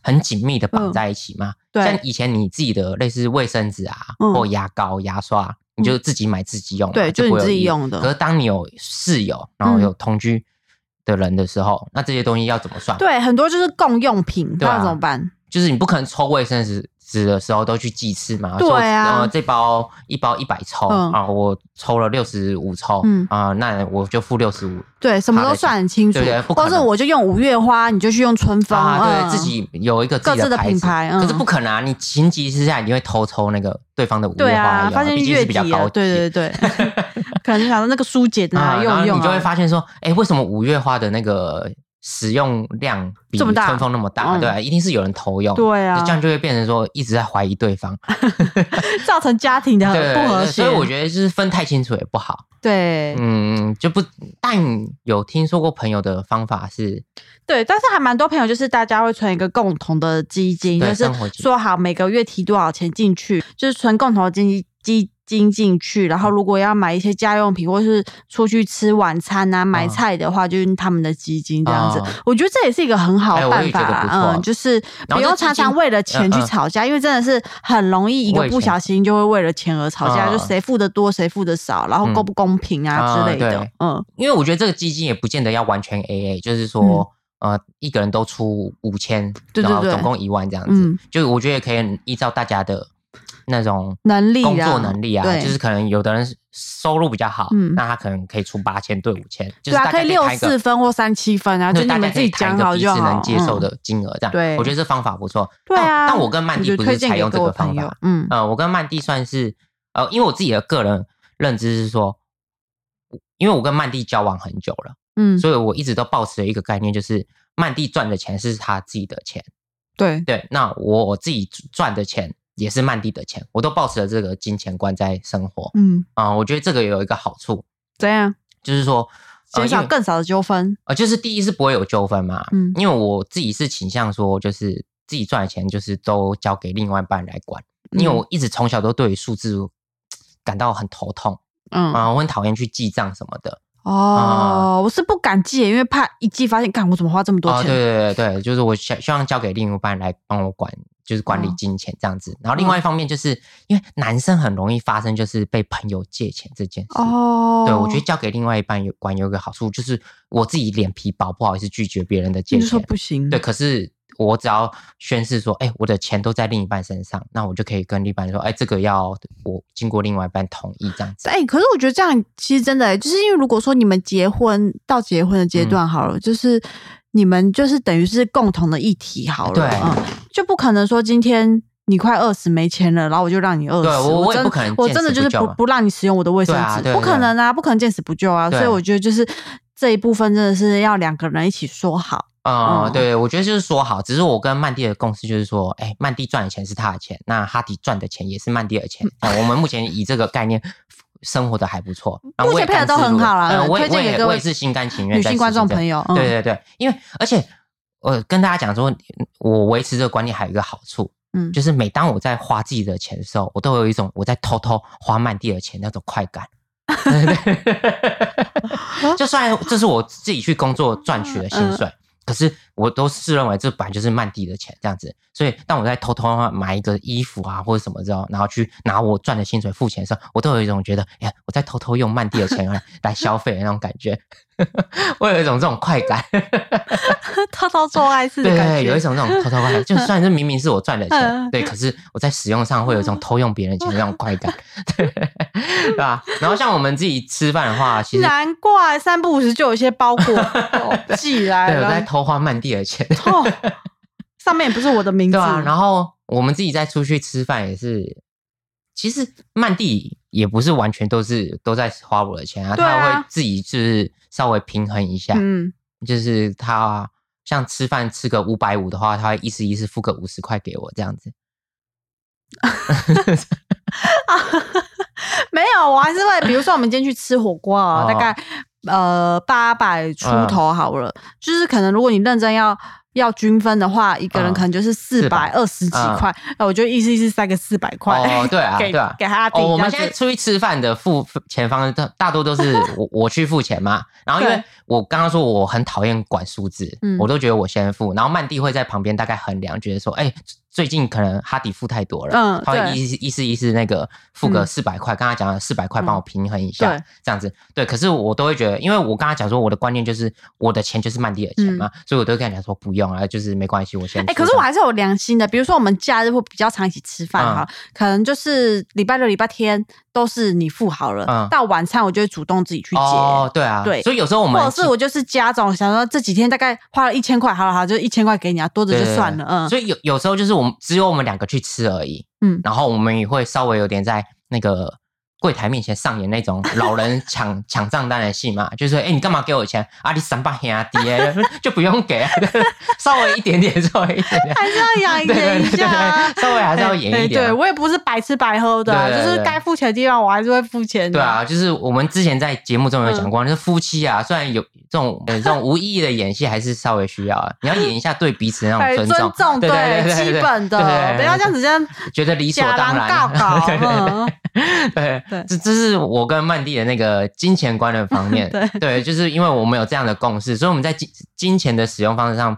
S1: 很紧密的绑在一起嘛。
S2: 对
S1: 像以前你自己的类似卫生纸啊，
S2: 嗯
S1: 或牙膏、牙刷，你就自己买自己用嘛，
S2: 对
S1: 不会
S2: 就你自己
S1: 有异
S2: 用的嗯
S1: 可是当你有室友，然后有同居的人的时候，那这些东西要怎么算？
S2: 对，很多就是共用品，
S1: 对啊
S2: 那怎么办？
S1: 就是你不可能抽卫生纸纸的时候都去计次嘛，
S2: 对
S1: 说
S2: 啊
S1: 呃这包一包一百抽、
S2: 嗯
S1: 啊，我抽了六十五抽，
S2: 嗯
S1: 啊、那我就付六十五
S2: 对，什么都算很清楚
S1: 对对，不可
S2: 或
S1: 能
S2: 者我就用五月花，你就去用春风，
S1: 啊，
S2: 嗯
S1: 对，自己有一个自己
S2: 各自的
S1: 牌
S2: 品
S1: 子，
S2: 牌嗯
S1: 可是不可能啊，你情急之下你会偷抽那个对方的五
S2: 对
S1: 月花
S2: 啊，
S1: 油
S2: 发现
S1: 毕竟
S2: 月
S1: 是比
S2: 底
S1: 较高
S2: 了，
S1: 级，
S2: 对对对， 可能就想到那个舒洁的
S1: 啊
S2: 啊，，
S1: 然
S2: 用
S1: 后
S2: 一用
S1: 你就会
S2: 啊，
S1: 发现说，哎、为什么五月花的那个使用量比
S2: 这么大
S1: 春风那么大，
S2: 嗯
S1: 对、啊，一定是有人投用，
S2: 对啊
S1: 就这样就会变成说一直在怀疑对方，
S2: 造成家庭的
S1: 对对
S2: 呃不和
S1: 对，
S2: 谐。
S1: 所以我觉得就是分太清楚也不好，
S2: 对、
S1: 嗯，就不，但有听说过朋友的方法是，
S2: 对，但是还蛮多朋友就是大家会存一个共同的基金，
S1: 对
S2: 就是
S1: 生活基金
S2: 说好每个月提多少钱进去，就是存共同的基基金进去。然
S1: 嗯
S2: 后如果要买一些家用品或是出去吃晚餐啊、买
S1: 嗯
S2: 菜的话，就是他们的基金这样子。
S1: 嗯
S2: 我觉得这也是一个很好
S1: 哎
S2: 的
S1: 我也
S2: 办
S1: 觉
S2: 法
S1: 得
S2: 啦，
S1: 不错
S2: 嗯，就是
S1: 然
S2: 不
S1: 后
S2: 用
S1: 这基
S2: 常
S1: 金
S2: 常为了钱去
S1: 嗯嗯
S2: 吵架，因为真的是很容易一个
S1: 为
S2: 不
S1: 钱
S2: 小心就会为了钱而吵架，
S1: 嗯
S2: 就谁付的多谁付的少，然后
S1: 嗯
S2: 公不公平啊
S1: 啊
S2: 之类的
S1: 对，
S2: 嗯。
S1: 因为我觉得这个基金也不见得要完全 AA，就是说、呃一个人都出五千，
S2: 嗯对对
S1: 然后
S2: 对
S1: 总共一万这样子，
S2: 嗯
S1: 就我觉得也可以依照大家的那种
S2: 能力啊
S1: 工作能力啊，
S2: 对
S1: 就是可能有的人收入比较好，
S2: 嗯
S1: 那他可能可以出八千对五千，就
S2: 对
S1: 是
S2: 啊，
S1: 大
S2: 可
S1: 家
S2: 以六
S1: 开一个
S2: 四分或三七分啊，就
S1: 对
S2: 你
S1: 大
S2: 们
S1: 家
S2: 自
S1: 可以
S2: 己
S1: 谈
S2: 讲
S1: 一个
S2: 好
S1: 彼此
S2: 就好。
S1: 能接受
S2: 嗯
S1: 的金额这样，
S2: 对
S1: 我觉得这方法不错。
S2: 对啊，
S1: 但但我跟曼
S2: 我
S1: 迪
S2: 就
S1: 不
S2: 推
S1: 是
S2: 荐
S1: 采
S2: 给
S1: 用这
S2: 各位
S1: 个
S2: 朋
S1: 方
S2: 友
S1: 法，
S2: 嗯，
S1: 呃，我跟曼蒂算是呃，因为我自己的个人认知是说，因为我跟曼蒂交往很久了，
S2: 嗯，
S1: 所以我一直都保持了一个概念，就是曼蒂赚的钱是他自己的钱，
S2: 对，
S1: 对，那我我自己赚的钱也是曼蒂的钱，我都保持了这个金钱观在生活
S2: 嗯，
S1: 啊、我觉得这个有一个好处，
S2: 怎样
S1: 就是说呃
S2: 减
S1: 因
S2: 少
S1: 为
S2: 更少的纠纷？
S1: 呃，就是第一是不会有纠纷嘛，
S2: 嗯
S1: 因为我自己是倾向说，就是自己赚的钱就是都交给另外一半来管，因为
S2: 嗯
S1: 我一直从小都对于数字感到很头痛
S2: 嗯
S1: 啊、我很讨厌去记账什么的
S2: 哦，我是不敢记，因为怕一记发现，干我怎么花这么多
S1: 啊、对
S2: 钱？
S1: 对对对，就是我希希望交给另一半来帮我管，就是管理
S2: 哦
S1: 金钱这样子。然后另
S2: 嗯
S1: 外一方面，就是因为男生很容易发生就是被朋友借钱这件事。
S2: 哦，
S1: 对，我觉得交给另外一半有管有一个好处，就是我自己脸皮薄，不好意思拒绝别人的借
S2: 你就
S1: 钱。
S2: 说不行，
S1: 对，可是我只要宣誓说，哎、我的钱都在另一半身上，那我就可以跟另一半说，哎、这个要我经过另外一半同意这样子。
S2: 哎、可是我觉得这样其实真的、就是因为如果说你们结婚到结婚的阶
S1: 嗯
S2: 段好了，就是你们就是等于是共同的议题好了，
S1: 对
S2: 嗯，就不可能说今天你快饿死没钱了，然后我就让你饿死，
S1: 对我我也
S2: 真
S1: 不可能
S2: 我
S1: 见
S2: 真的
S1: 死
S2: 就
S1: 不
S2: 是
S1: 救
S2: 不
S1: 嘛
S2: 不让你使用我的卫生
S1: 对啊
S2: 纸，
S1: 对
S2: 不可
S1: 对
S2: 能啊，不可能见死不救啊，所以
S1: 对
S2: 我觉得就是这一部分真的是要两个人一起说好，
S1: 啊、
S2: 嗯
S1: 对，我觉得就是说好，只是我跟曼蒂的共识就是说，哎、曼蒂赚的钱是他的钱，那哈迪赚的钱也是曼蒂的钱。哎我们目前以这个概念。生活的还不错，然后啊
S2: 嗯目
S1: 我也
S2: 前配合
S1: 甘
S2: 都
S1: 之
S2: 很
S1: 如饴
S2: 好啦
S1: 呃我也
S2: 推荐
S1: 我
S2: 给
S1: 也
S2: 各
S1: 我
S2: 位
S1: 也是心甘情愿
S2: 女
S1: 在试
S2: 性观
S1: 试
S2: 众
S1: 这
S2: 朋友，嗯，
S1: 对对对，因为而且我跟大家讲说，我维持这个观念还有一个好处，
S2: 嗯
S1: 就是每当我在花自己的钱的时候，我都有一种我在偷偷花曼蒂的钱那种快感。就虽然这是我自己去工作赚取的薪水，可是我都自认为这本来就是曼蒂的钱这样子。所以当我在偷偷买一个衣服啊或者什么之后，然后去拿我赚的薪水付钱的时候，我都有一种觉得，哎呀，我在偷偷用曼蒂的钱来 来消费的那种感觉。 我有一种这种快感，
S2: 偷偷做爱似的
S1: 对
S2: 感觉，
S1: 有一种这种偷偷快感，就算是明明是我赚的
S2: 嗯
S1: 钱，对，可是我在使用上会有一种偷用别人钱的那种快 感，对，对吧？然后像我们自己吃饭的话，其实
S2: 难怪三不五时就有一些包 裹哦寄来
S1: 对我在
S2: 了，
S1: 偷花曼蒂的钱，
S2: 哦，上面也不是我的名字，
S1: 对啊，然后我们自己再出去吃饭也是，其实曼蒂也不是完全都是都在花我的钱啊，
S2: 对啊
S1: 他会自己就是稍微平衡一下，
S2: 嗯，
S1: 就是他像吃饭吃个五百五的话，他会意思意思付个五十块给我这样子。
S2: 没有，我还是会，比如说我们今天去吃火锅 啊，
S1: 哦
S2: 大概呃八百出头好了，就是可能如果你认真要。要均分的话，一个人
S1: 嗯
S2: 可能就是四百二十几块，那我就意思意思塞个四百块，
S1: 哦对啊
S2: 给
S1: 对啊
S2: 给他顶
S1: 哦，我们
S2: 这
S1: 现
S2: 样
S1: 在
S2: 子
S1: 出去吃饭的付钱方大大多都 是我我去付钱嘛。然后因为
S2: 对
S1: 我刚刚说我很讨厌管数字，
S2: 嗯
S1: 我都觉得我先付，然后曼蒂会在旁边大概衡量，觉得说，哎、最近可能哈迪付太多了，
S2: 嗯
S1: 他
S2: 对
S1: 会意思意思意思那个付个
S2: 嗯
S1: 四百块，刚刚讲了四百块
S2: 嗯
S1: 帮我平衡一下，
S2: 对
S1: 这样子。对，可是我都会觉得，因为我刚刚讲说我的观念就是我的钱就是曼蒂的钱嘛，所以我都会跟他讲说不用啊，就是没关系，我先付。
S2: 嗯哎、可是我还是有良心的。比如说，我们假日会比较常一起吃饭
S1: 啊
S2: 哈、可能就是礼拜六、礼拜天都是你付好了，
S1: 嗯
S2: 到晚餐我就会主动自己去结。
S1: 哦，对啊，
S2: 对
S1: 所以有时候我们
S2: 或者是我就是家总想说这几天大概花了一千块，好了好了，就一千块给你啊，多的
S1: 对
S2: 就
S1: 对
S2: 算了，
S1: 对
S2: 嗯
S1: 所以有有时候就是我们只有我们两个去吃而已，
S2: 嗯
S1: 然后我们也会稍微有点在那个柜台面前上演那种老人抢抢账单的戏嘛， 就是说，哎、你干嘛给我钱？啊，你三八兄弟啊， 就不用给啊， 稍微一点点，稍微一点点，
S2: 还是要养
S1: 对对
S2: 眼哎一
S1: 对对，
S2: 下啊。
S1: 对稍微还是要演
S2: 哎
S1: 一点啊、
S2: 对我也不是白吃白喝的啊，
S1: 对对
S2: 就是
S1: 对
S2: 该付钱的地方我还是会付钱的。
S1: 对啊，就是我们之前在节目
S2: 嗯
S1: 中有讲过，就是夫妻啊，虽然有这种 呃这种无意义的演戏，还是稍微需要啊，你要演一下对彼此那
S2: 哎，
S1: 种
S2: 尊
S1: 重，
S2: 重
S1: 对对对对
S2: 基
S1: 对
S2: 本的
S1: 对对，对
S2: 不要这样子这样
S1: 觉得理所
S2: 假
S1: 当
S2: 狼告
S1: 然，对对
S2: 搞。嗯
S1: 对
S2: 对
S1: 对，这这是我跟曼蒂的那个金钱观的方面，
S2: 对
S1: 对，就是因为我们有这样的共识，所以我们在金金钱的使用方式上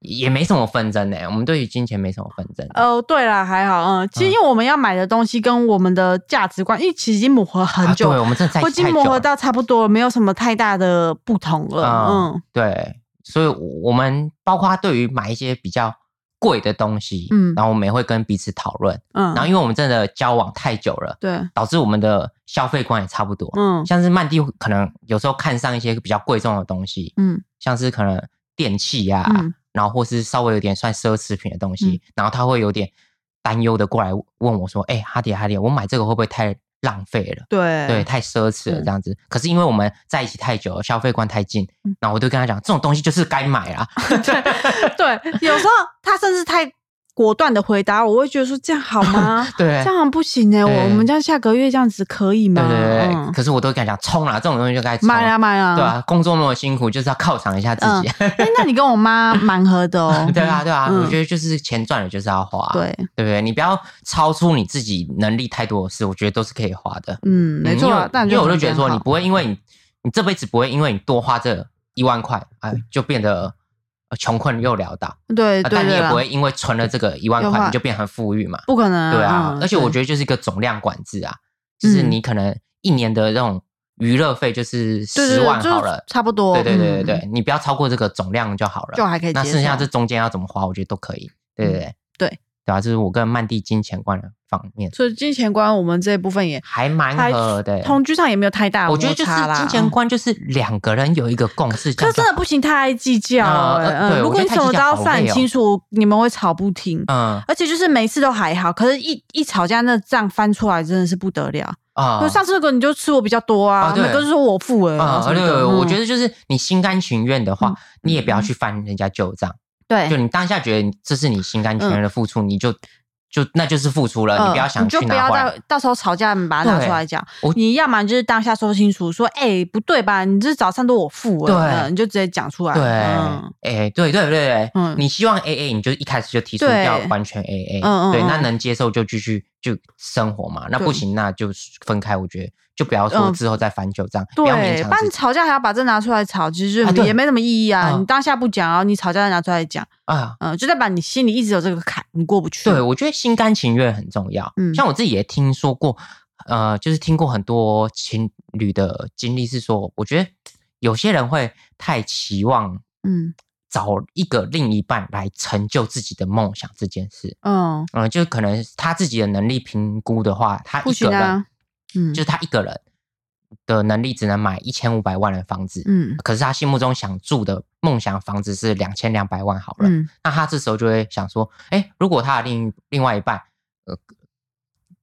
S1: 也没什么纷争呢，我们对于金钱没什么纷争，
S2: 哦，对啦，还好，嗯，其实
S1: 嗯
S2: 因为我们要买的东西跟我们的价值观，因为其实已经磨合很
S1: 啊
S2: 久
S1: 对，我们真的在
S2: 我
S1: 一
S2: 已
S1: 起
S2: 经
S1: 太久
S2: 磨合
S1: 了
S2: 到差不多了，没有什么太大的不同了。嗯
S1: 嗯对，所以我们包括对于买一些比较贵的东西，
S2: 嗯
S1: 然后我们也会跟彼此讨论。然后
S2: 嗯，
S1: 因为我们真的交往太久了，
S2: 对，
S1: 导致我们的消费观也差不多。
S2: 嗯
S1: 像是曼蒂可能有时候看上一些比较贵重的东西，
S2: 嗯
S1: 像是可能电器啊呀、
S2: 嗯
S1: 然后或是稍微有点算奢侈品的东西，然后他会有点担忧的过来问我说：“哎、哈迪哈迪，我买这个会不会太浪费了？”
S2: 对
S1: 对，太奢侈了
S2: 嗯
S1: 这样子。可是因为我们在一起太久了，消费观太近，
S2: 嗯啊
S1: 然后我就跟他讲，这种东西就是该买啦。
S2: 对，有时候他甚至太果断的回答，我会觉得说这样好吗？
S1: 对
S2: 这。样不行哎，我
S1: 对
S2: 我们这样下个月这样子可以吗？
S1: 对对哎对对，
S2: 嗯
S1: 可是我都跟他讲冲啦，这种东西就该冲
S2: 买啊买啊，
S1: 对啊，工作那么辛苦，就是要犒赏一下自己。。
S2: 哎，那你跟我妈蛮合的哦
S1: 对啊，对啊，
S2: 嗯
S1: 我觉得就是钱赚了就是要花，
S2: 对，
S1: 对不对？你不要超出你自己能力太多的事，我觉得都是可以花的。
S2: 嗯，没错啊
S1: 嗯。
S2: 但
S1: 因为因为我就觉得说，
S2: 很啊
S1: 你不会因为你你这辈子不会因为你多花这一万块，哎，就变得呃穷困又潦倒。
S2: 哎对
S1: 啊
S2: 对
S1: 但你
S2: 对
S1: 也
S2: 啦
S1: 不会因为存了这个一万
S2: 有啊
S1: 块你就变很富裕嘛？
S2: 不可能。
S1: 对啊
S2: 嗯，
S1: 而且我觉得就是一个总量管制啊，就是
S2: 嗯
S1: 你可能一年的这种娱乐费就是
S2: 对对
S1: 十
S2: 对
S1: 万好
S2: 就是
S1: 了，
S2: 差不多。
S1: 对对对对
S2: 嗯
S1: 对，你不要超过这个总量就好了，
S2: 就还可以接受。
S1: 那剩下这中间要怎么花，我觉得都可以，对对对
S2: 对
S1: 对啊，这是我跟曼蒂金钱观的方面
S2: 所以金钱观我们这部分也
S1: 还蛮
S2: 还
S1: 合的。
S2: 同居上也没有太大的
S1: 我觉得就
S2: 摩
S1: 是
S2: 擦啦嗯
S1: 金钱观，就是两个人有一个共识，这
S2: 可
S1: 样
S2: 是
S1: 就
S2: 真的不行，太爱计较、
S1: 啊
S2: 欸。
S1: 呃
S2: 嗯，
S1: 对
S2: 如果你
S1: 我觉得太
S2: 什么
S1: 计
S2: 都
S1: 较
S2: 要
S1: 好
S2: 算很
S1: 累哦
S2: 清楚，你们会吵不停。
S1: 嗯
S2: 而且就是每次都还好，可是一，一吵架那账翻出来真的是不得了。
S1: 啊
S2: 就、上次那个你就吃我比较多啊，
S1: 啊
S2: 每
S1: 对
S2: 个都是我付哎、
S1: 啊，
S2: 而
S1: 对，
S2: 且
S1: 我觉得就是你心甘情愿的
S2: 嗯
S1: 话，你也不要去翻人家旧账。就
S2: 对，
S1: 你当下觉得你这是你心甘情愿的付出，你就就那就是付出了，
S2: 嗯
S1: 呃你不要想
S2: 你
S1: 去
S2: 就不
S1: 拿
S2: 要
S1: 回来。
S2: 到到时候吵架把它拿
S1: 对
S2: 出来讲
S1: 我。
S2: 你要么就是当下说清楚，说哎、欸不对吧，你这早上都我付哎、
S1: 对
S2: 嗯你就直接讲出来。
S1: 对，哎
S2: 嗯、
S1: 对对对对，
S2: 嗯
S1: 你希望 A A，你就一开始就提出
S2: 对
S1: 要完全 A A，
S2: 嗯嗯
S1: 对，
S2: 嗯
S1: 那能接受就继续就生活嘛，那
S2: 对
S1: 不行那就分开。我觉得就不要说
S2: 嗯
S1: 之后再翻旧账，不要勉
S2: 对，
S1: 强
S2: 不然
S1: 自
S2: 你
S1: 己
S2: 吵架还要把这拿出来吵，其实
S1: 啊对
S2: 也没什么意义啊。
S1: 嗯
S2: 你当下不讲，然后你吵架再拿出来讲，
S1: 啊。
S2: 嗯、就代表你心里一直有这个坎，你过不去。
S1: 对，我觉得心甘情愿很重要。
S2: 嗯
S1: 像我自己也听说过，呃，就是听过很多情侣的经历是说，我觉得有些人会太期望
S2: 嗯
S1: 找一个另一半来成就自己的梦想这件事。
S2: 嗯
S1: 嗯，就可能他自己的能力评估的话，他
S2: 不
S1: 一
S2: 行
S1: 个人，
S2: 啊嗯
S1: 就是他一个人的能力只能买一千五百万的房子，
S2: 嗯
S1: 可是他心目中想住的梦想房子是两千两百万好了，
S2: 嗯，
S1: 那他这时候就会想说，哎，如果他的另另外一半，呃，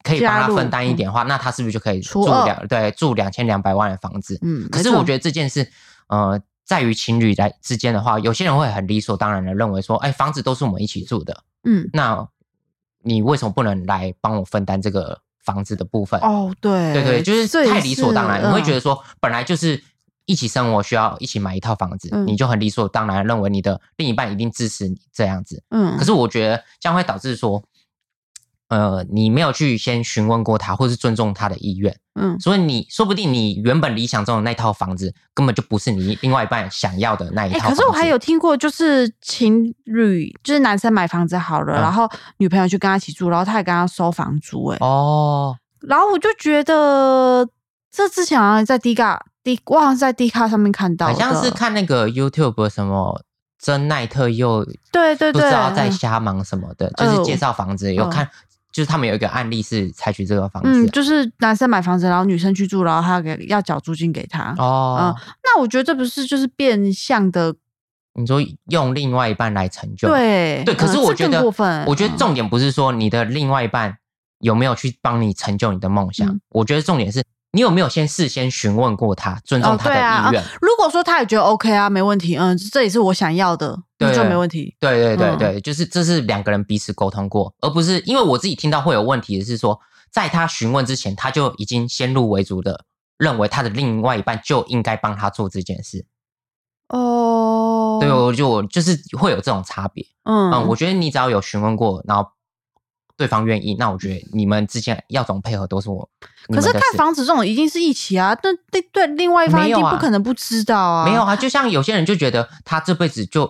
S1: 可以帮
S2: 加
S1: 他
S2: 入嗯
S1: 分担一点的话，那他是不是就可以
S2: 除
S1: 住
S2: 二
S1: 两对住两千两百万的房子？
S2: 嗯
S1: 可是我觉
S2: 得
S1: 得这件事，呃，在于情侣来之间的话，有些人会很理所当然的认为说，哎、房子都是我们一起住的，
S2: 嗯
S1: 那你为什么不能来帮我分担这个房子的部分？
S2: 哦对
S1: 对对，就是
S2: 这也
S1: 太理所当然，
S2: 是
S1: 你会觉
S2: 嗯
S1: 得说，本来就是一起生活需要一起买一套房子，
S2: 嗯
S1: 你就很理所当然地认为你的另一半一定支持你这样子。
S2: 嗯，
S1: 可是我觉得这样会导致说。呃，你没有去先询问过他，或是尊重他的意愿，
S2: 嗯
S1: 所以你说不定你原本理想中的那套房子，根本就不是你另外一半想要的那一
S2: 哎、
S1: 套房
S2: 可
S1: 子。
S2: 是我还有听过，就是情侣，就是男生买房子好
S1: 嗯
S2: 了，然后女朋友去跟他一起住，然后他也跟他收房租、哎、
S1: 哦，
S2: 然后我就觉得这之前好像在 D 卡 D，我好像是在 D 卡上面看到的，
S1: 好像是看那个 YouTube 什么真奈特又
S2: 对对
S1: 不
S2: 对，
S1: 知道在
S2: 嗯
S1: 瞎忙什么的，
S2: 嗯
S1: 就是介绍房子有看，就是他们有一个案例是采取这个方
S2: 嗯，
S1: 式
S2: 就是男生买房子，然后女生去住，然后他给要缴租金给他。
S1: 哦。
S2: 那我觉得这不是就是变相的
S1: 你说用另外一半来成就，
S2: 对
S1: 对，可是
S2: 嗯
S1: 我觉
S2: 这更
S1: 得
S2: 过分。
S1: 我觉得
S2: 嗯
S1: 重点不是说你的另外一半有没有去帮你成就你的梦想。
S2: 嗯
S1: 我觉得重点是你有没有先事先询问过他，尊重
S2: 哦
S1: 他
S2: 对啊
S1: 的意愿。
S2: 如果说他也觉得 OK 啊，没问题，嗯，这也是我想要的，那
S1: 对
S2: 就没问题。
S1: 对对对
S2: 嗯
S1: 对，就是这是两个人彼此沟通过，而不是因为我自己听到会有问题的是说，在他询问之前，他就已经先入为主的认为他的另外一半就应该帮他做这件事。
S2: 哦，
S1: 对，我就我就是会有这种差别。
S2: 嗯
S1: 嗯，我觉得你只要有询问过，然后对方愿意，那我觉得你们之间要怎么配合都是我。你们
S2: 可
S1: 的
S2: 是看
S1: 事
S2: 房子这种一定是一起啊，但对对，另外一方
S1: 没
S2: 一
S1: 有
S2: 定
S1: 啊
S2: 不可能不知道啊，
S1: 没有，啊，就像有些人就觉得他这辈子就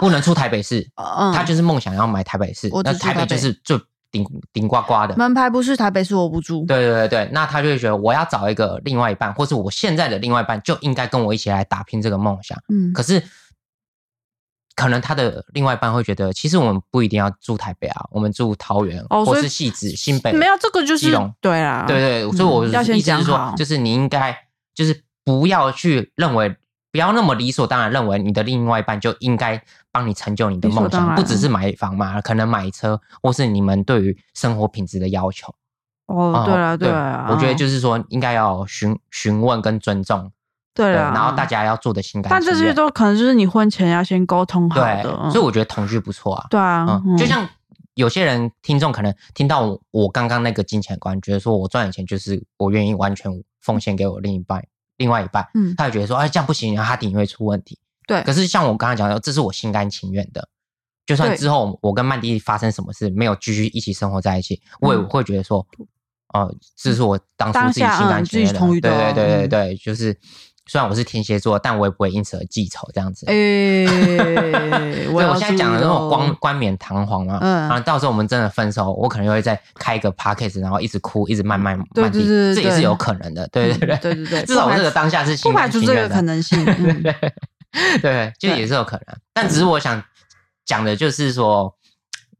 S1: 不能出台北市，
S2: 哦嗯，
S1: 啊他就是梦想要买台北市
S2: 我，
S1: 那
S2: 只住
S1: 台
S2: 台
S1: 北就
S2: 北
S1: 是最顶顶呱呱的。
S2: 门牌不是台北市，我不住。
S1: 对对对对，那他就会觉得我要找一个另外一半，或是我现在的另外一半就应该跟我一起来打拼这个梦想。
S2: 嗯，
S1: 可是，可能他的另外一半会觉得，其实我们不一定要住台北啊，我们住桃园、
S2: 哦所
S1: 或
S2: 以
S1: 是汐止、新北。
S2: 没有这个就
S1: 基
S2: 是
S1: 隆
S2: 对啊啦，
S1: 对对，所以我
S2: 嗯要先
S1: 意思
S2: 讲
S1: 是
S2: 好
S1: 说，就是你应该就是不要去认为，不要那么理所当然认为你的另外一半就应该帮你成就你的
S2: 理所
S1: 梦
S2: 当
S1: 想，
S2: 然
S1: 不只是买房嘛，可能买车或是你们对于生活品质的要求。
S2: 哦，
S1: 哦
S2: 对啦
S1: 对
S2: 啦，
S1: 我觉得
S2: 嗯
S1: 就是说应该要询询问跟尊重，
S2: 对啦，
S1: 然后大家要做的心甘
S2: 但
S1: 情
S2: 这
S1: 愿。
S2: 些都可能就是你婚前要先沟通好
S1: 对
S2: 的，，嗯
S1: 所以我觉得同居不错啊。
S2: 对啊，
S1: 嗯，
S2: 嗯
S1: 就像有些人听众可能听到我我刚刚那个金钱观，觉得说我赚的钱就是我愿意完全奉献给我另一半，另外一半，
S2: 嗯
S1: 他就觉得说哎这样不行，然后他定会出问题。
S2: 对
S1: 可是像我刚刚讲的，这是我心甘情愿的。就算
S2: 对
S1: 之后我跟曼迪发生什么事，没有继续一起生活在一起，我也
S2: 嗯
S1: 会觉得说，哦，这是我当初
S2: 当
S1: 自己
S2: 下
S1: 心甘
S2: 嗯
S1: 情愿
S2: 自己同意
S1: 的。
S2: 的
S1: 对
S2: 哦
S1: 对对对
S2: 嗯
S1: 对，就是虽然我是天蝎座，但我也不会因此而记仇这样
S2: 哎
S1: 子。，
S2: 诶
S1: 所以
S2: 要
S1: 我现在讲的那
S2: 注意
S1: 种
S2: 嗯咯
S1: 光冠冕堂皇嘛，
S2: 嗯
S1: 嗯，啊，到时候我们真的分手，我可能又会再开一个 podcast，然后一直哭，一直慢慢
S2: 对
S1: 慢地
S2: 对对对
S1: 这也是有可能的，对对
S2: 嗯
S1: 对
S2: 对对对
S1: 至少我这个当下是
S2: 不
S1: 心
S2: 排
S1: 甘
S2: 除
S1: 情
S2: 这个
S1: 愿的，
S2: 可能 性，嗯
S1: 对，就
S2: 对
S1: 也是有可能。但只是我想讲的就是说，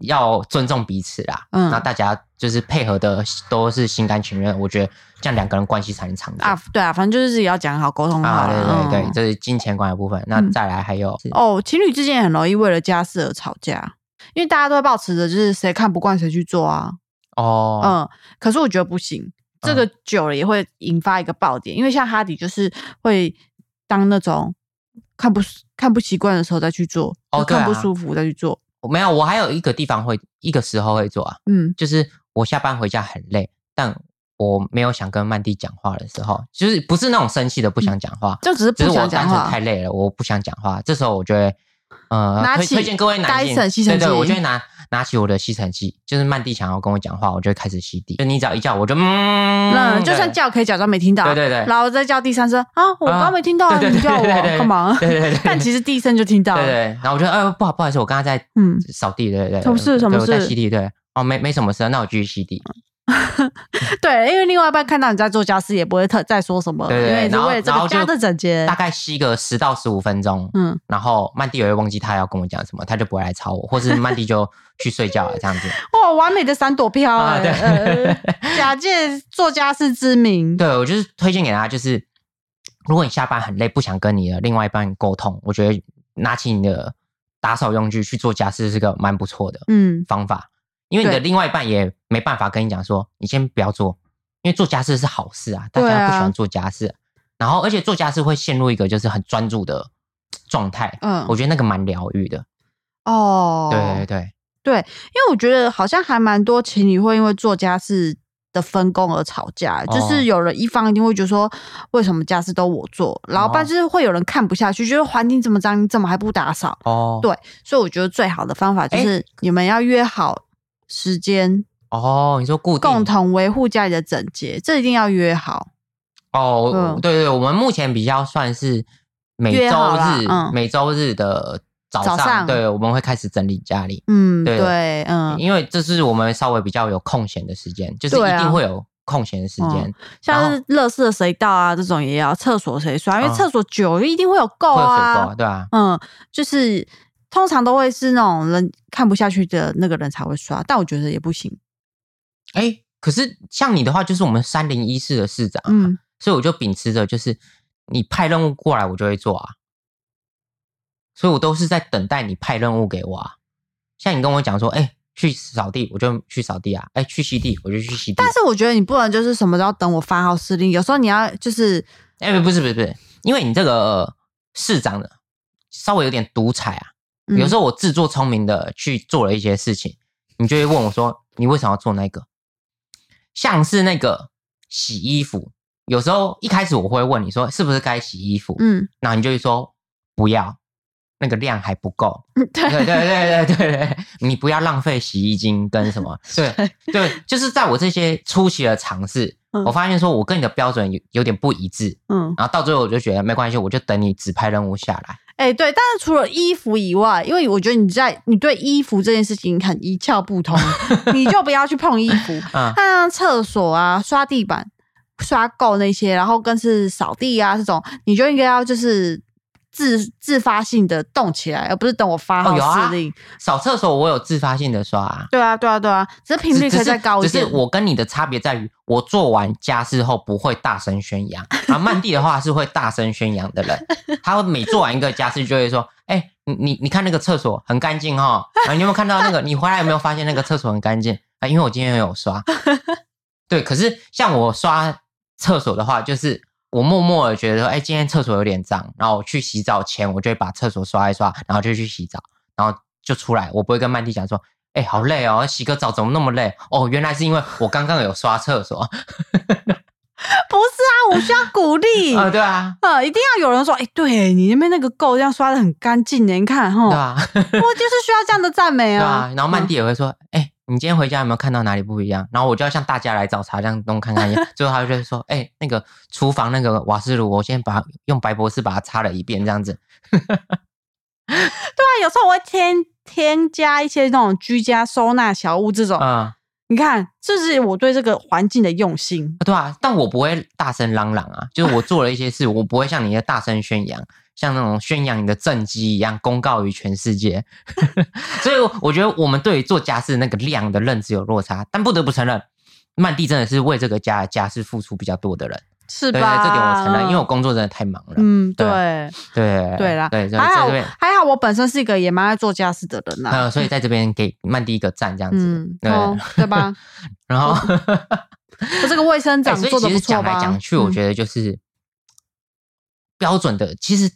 S1: 要尊重彼此啦，
S2: 嗯
S1: 嗯，那大家就是配合的都是心甘情愿，我觉得这样两个人关系才能长久
S2: 啊，对啊，反正就是自己要讲好沟通好
S1: 啊，
S2: 啦，
S1: 对对对，
S2: 嗯
S1: 这是金钱观的部分。那
S2: 嗯
S1: 再来还有是
S2: 哦，情侣之间也很容易为了家事而吵架，因为大家都会抱持着就是谁看不惯谁去做啊。
S1: 哦，嗯
S2: 嗯，可是我觉得不行，这个久了也会引发一个爆点，因为像哈迪就是会当那种看不看不习惯的时候再去做，
S1: 哦对
S2: 看
S1: 啊
S2: 不舒服再去做，
S1: 没有，我还有一个地方会一个时候会做啊，
S2: 嗯，
S1: 就是我下班回家很累，但我没有想跟曼蒂讲话的时候，就是不是那种生气的不想讲话，
S2: 就只是
S1: 只是
S2: 不
S1: 我
S2: 想讲
S1: 单纯
S2: 话
S1: 太。累了，我不想讲话。这时候我就会，呃，
S2: 拿
S1: 推
S2: 起
S1: 推荐各位男性，
S2: Dyson 吸尘器
S1: 对对，我就会拿拿起我的吸尘器，就是曼蒂想要跟我讲话，我就会开始吸地。就你只要一叫，我就嗯，
S2: 嗯，就
S1: 对
S2: 算。叫可以假装没听到，
S1: 对对对
S2: 然后再叫第三声啊，我刚
S1: 啊
S2: 刚没听到啊，
S1: 对对
S2: 你
S1: 对
S2: 叫我
S1: 对对对
S2: 干嘛？
S1: 对对对对
S2: 但其实第一声就听到
S1: 对对
S2: 了，
S1: 对，然后我就哎，不好不好意思，我刚刚在
S2: 嗯
S1: 扫地，对对对，
S2: 什么事
S1: 对
S2: 什么
S1: 我在
S2: 事
S1: 吸地，对，哦，没没什么事，那我继续吸地，
S2: 对，因为另外一半看到你在做家事，也不会特再说什么，
S1: 对对
S2: 因
S1: 对，
S2: 为你是
S1: 然后
S2: 为了这
S1: 然
S2: 个
S1: 后
S2: 家
S1: 就
S2: 的整洁
S1: 大，概吸个十到十五分钟，
S2: 嗯，
S1: 然后曼蒂也会忘记他要跟我讲什么，他就不会来吵我， 或是曼蒂就去睡觉了这样 子。
S2: 哇，哦完美的闪躲飘、欸
S1: 啊对
S2: 呃，假借作家是之名，
S1: 对我就是推荐给大家，就是如果你下班很累，不想跟你的另外一半沟通，我觉得拿起你的打扫用具去做家事是个蛮不错的
S2: 嗯，
S1: 方法，因为你的
S2: 对
S1: 另外一半也没办法跟你讲说你先不要做，因为做家事是好事啊，大家
S2: 对啊
S1: 不喜欢做家事，然后而且做家事会陷入一个就是很专注的状态，
S2: 嗯
S1: 我觉得那个蛮疗愈的，
S2: 哦，
S1: 对对对。
S2: 因为我觉得好像还蛮多情侣会因为做家事的分工而吵架，
S1: 哦
S2: 就是有人一方一定会觉得说，为什么家事都我做，然后
S1: 哦
S2: 但是会有人看不下去，觉得环境这么脏，你怎么还不打扫？
S1: 哦，
S2: 对所以我觉得最好的方法就是你们要约好时间，
S1: 哦，你说固定
S2: 共同维护家里的整洁，这一定要约好。
S1: 哦，
S2: 嗯
S1: 对对，我们目前比较算是每
S2: 约
S1: 周
S2: 好啦
S1: 日、
S2: 嗯
S1: 每周日的早
S2: 早
S1: 上，
S2: 上
S1: 对，我们会开始整理家里，
S2: 嗯，
S1: 对
S2: 对，嗯，
S1: 因为这是我们稍微比较有空闲的时间，就是
S2: 对
S1: 一
S2: 啊嗯
S1: 定会有空闲的时间，
S2: 像是乐圾谁倒啊这种也要，厕所谁刷，因为
S1: 嗯
S2: 厕所久一定会有垢
S1: 会有水
S2: 啊
S1: 沟，。对吧、
S2: 嗯，就是通常都会是那种人看不下去的那个人才会刷，但我觉得也不行。
S1: 哎，可是像你的话，就是我们三零一室的市长，嗯，
S2: 嗯，
S1: 所以我就秉持着就是你派任务过来，我就会做啊，所以我都是在等待你派任务给我啊。像你跟我讲说，哎、去扫地我就去扫地啊，哎、去吸地我就去吸地啊。
S2: 但是我觉得你不能就是什么都要等我发号施令，有时候你要就是
S1: 哎、不是不是不是，因为你这个、呃市长的稍微有点独裁啊。有时
S2: 候
S1: 候我自作聪明的去做了一些事情，你就会问我说：“你为什么要做那个？”像是那个洗衣服，有时候一开始我会问你说：“是不是该洗衣服？”
S2: 嗯，
S1: 然后你就会说：“不要，那个量还不 够。”
S2: 对
S1: 对对对对对对，你不要浪费洗衣精跟什 么，对对，就是在我这些初期的尝试，
S2: 嗯
S1: 我发现说我跟你的标准有有点不一致，
S2: 嗯，
S1: 然后到最后我就觉得没关系，我就等你指派任务下来。
S2: 哎、对，但是除了衣服以外，因为我觉得你在你对衣服这件事情很一窍 不通，你就不要去碰衣服。
S1: 嗯
S2: 那厕所啊、刷地板、刷垢那些，然后更是扫地啊这种，你就应该要就是自自发性的动起来，而不是等我发
S1: 哦有啊
S2: 号施令。
S1: 扫厕所我有自发性的刷、啊。
S2: 对啊，对啊，对啊，只是频率
S1: 只
S2: 可以再高一
S1: 只是
S2: 点。
S1: 只是我跟你的差别在于，我做完家事后不会大声宣扬，而曼蒂的话是会大声宣扬的人。他每做完一个家事就会说：“哎、你你你看那个厕所很干净哈，啊，你有没有看到那个？你回来有没有发现那个厕所很干净啊？因为我今天有刷。对，可是像我刷厕所的话，就是我默默的觉得说，哎、今天厕所有点脏，然后我去洗澡前，我就会把厕所刷一刷，然后就去洗澡，然后就出来，我不会跟曼蒂讲说。哎、好累哦！洗个澡怎么那么累？哦，原来是因为我刚刚有刷厕所 啊、
S2: 不是啊，我需要鼓 励。
S1: 对啊，
S2: 呃，一定要有人说，哎、对你那边那个垢这样刷的很干净欸呢，你看哈，
S1: 对
S2: 我
S1: 啊，
S2: 就是需要这样的赞美
S1: 对
S2: 啊
S1: 啊。。然后曼蒂也会说，哎、你今天回家有没有看到哪里不一样？然后我就要像大家来找茬这样弄看看一样。最后他就会说，哎、那个厨房那个瓦斯炉，我先把它用白博士把它擦了一遍，这样子。
S2: 对啊，有时候我会添添加一些那种居家收纳小物这种，
S1: 嗯，
S2: 你看，这是我对这个环境的用心。
S1: 对啊，但我不会大声嚷嚷啊，就是我做了一些事，我不会像你的大声宣扬，像那种宣扬你的政绩一样公告于全世界。 所以我觉得我们对于做家事那个量的认知有落差，但不得不承认，曼蒂真的是为这个家的家事付出比较多的人。
S2: 是
S1: 对对，
S2: 吧？
S1: 这点我承认，因为我工作真的太忙了。
S2: 嗯，
S1: 对啊
S2: 对
S1: 对
S2: 对啦，
S1: 对，所以
S2: 还
S1: 在
S2: 好
S1: 这边，
S2: 还好，我本身是一个也蛮爱做家事的人啦。
S1: 呃，所以在这边给曼蒂一个赞，这样子。
S2: 嗯，
S1: 对，
S2: 哦，对吧？
S1: 然后。
S2: 我这个卫生
S1: 哎
S2: 长
S1: 所以
S2: 做的
S1: 其
S2: 不
S1: 实
S2: 错
S1: 讲来
S2: 吧？
S1: 讲去，我
S2: 嗯
S1: 觉得就是标准的。其实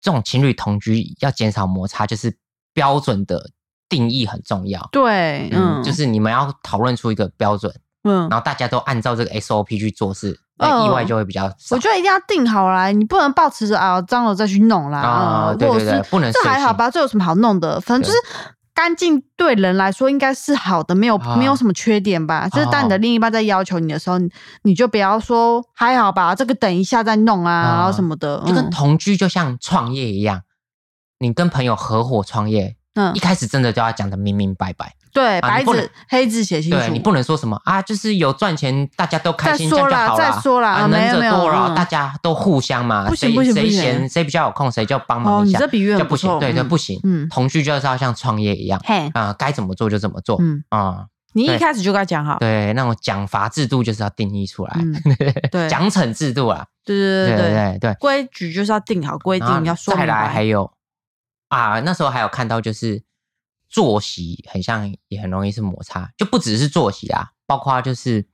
S1: 这种情侣同居要减少摩擦，就是标准的定义很重要。
S2: 对，嗯，
S1: 就是你们要讨论出一个标准，
S2: 嗯
S1: 然，后大家都按照这个 SOP 去做事，那
S2: 哦
S1: 意外就会比较少。
S2: 我觉得一定要定好来，你不能抱持着啊脏了再去弄啦，
S1: 啊
S2: 嗯
S1: 对
S2: 或
S1: 对
S2: 者
S1: 对
S2: 是
S1: 不能
S2: 这
S1: 随
S2: 还好
S1: 性
S2: 吧？这有什么好弄的？反正就是干净对人来说应该是好的，没有、
S1: 啊
S2: 没有什么缺点吧。就是当你的另一半在要求你的时候，你你就不要说还好吧，这个等一下再弄啊，
S1: 啊
S2: 然后什么的。
S1: 就跟
S2: 嗯
S1: 同居就像创业一样，你跟朋友合伙创业，
S2: 嗯
S1: 一，开始真的就要讲的明明白白，
S2: 对，
S1: 啊
S2: 白
S1: 你不能
S2: 纸黑字写清
S1: 对
S2: 楚。
S1: 你不能说什么啊，就是有赚钱，大家都开心，
S2: 再说
S1: 这样就
S2: 啦
S1: 好
S2: 再说啦
S1: 啊，
S2: 啊
S1: 能
S2: 没有
S1: 者
S2: 没有
S1: 多劳，
S2: 嗯
S1: 大家都互相嘛，
S2: 不行
S1: 谁
S2: 不行
S1: 谁
S2: 不行
S1: 闲谁比较有空，谁就帮
S2: 哦，
S1: 忙一
S2: 你
S1: 下，
S2: 这比喻
S1: 就
S2: 很
S1: 不行，
S2: 错，
S1: 对，就
S2: 嗯
S1: 不行。
S2: 嗯，
S1: 同居就是要像创业一样
S2: 嘿，
S1: 啊，该怎么做就怎么做
S2: 嗯，
S1: 啊，
S2: 你一
S1: 对
S2: 开始就该讲好。
S1: 对，那种奖罚制度就是要定义出来
S2: 嗯，对
S1: 奖惩制度啊，
S2: 对对
S1: 对
S2: 对对，
S1: 对对。
S2: 规矩就是要定好，规
S1: 然后
S2: 定要说
S1: 再
S2: 明
S1: 来还
S2: 白。
S1: 有啊，那时候还有看到就是作息很像，也很容易是摩擦，就不只是作息啊，包括就是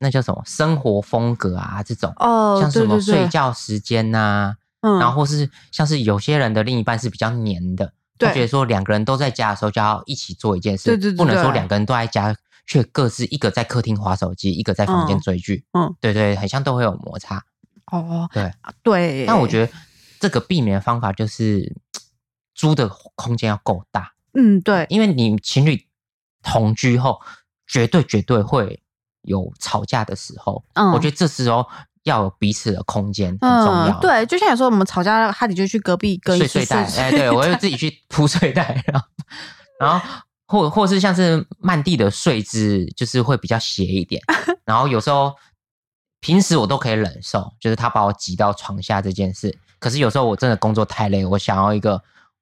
S1: 那叫什么生活风格啊这种，
S2: 哦，
S1: 像是
S2: 对
S1: 什么
S2: 对
S1: 睡
S2: 对，
S1: 觉时间呐、
S2: 嗯
S1: 然后或是像是有些人的另一半是比较黏的，他
S2: 对
S1: 觉得说两个人都在家的时候就要一起做一件事，
S2: 对对对
S1: 不能说
S2: 对
S1: 两个人都在家。却各自一个在客厅划手机，一个在房间
S2: 嗯
S1: 追剧，
S2: 嗯
S1: 对对，很像都会有摩擦。
S2: 哦，
S1: 对
S2: 对，
S1: 但我觉得这个避免方法就是租的空间要够大，
S2: 得，嗯，对，
S1: 因为你情侣同居后，绝对绝对会有吵架的时候。
S2: 嗯，
S1: 我觉得这时候要有彼此的空间很重要。
S2: 嗯，对，就像有时候我们吵架，哈迪就去隔壁隔一
S1: 睡
S2: 起
S1: 睡袋，哎、
S2: 睡
S1: 对我会自己去铺睡袋，然后然后或或是像是曼蒂的睡姿就是会比较斜一点，然后有时候平时我都可以忍受，就是他把我挤到床下这件事，可是有时候我真的工作太累，我想要一个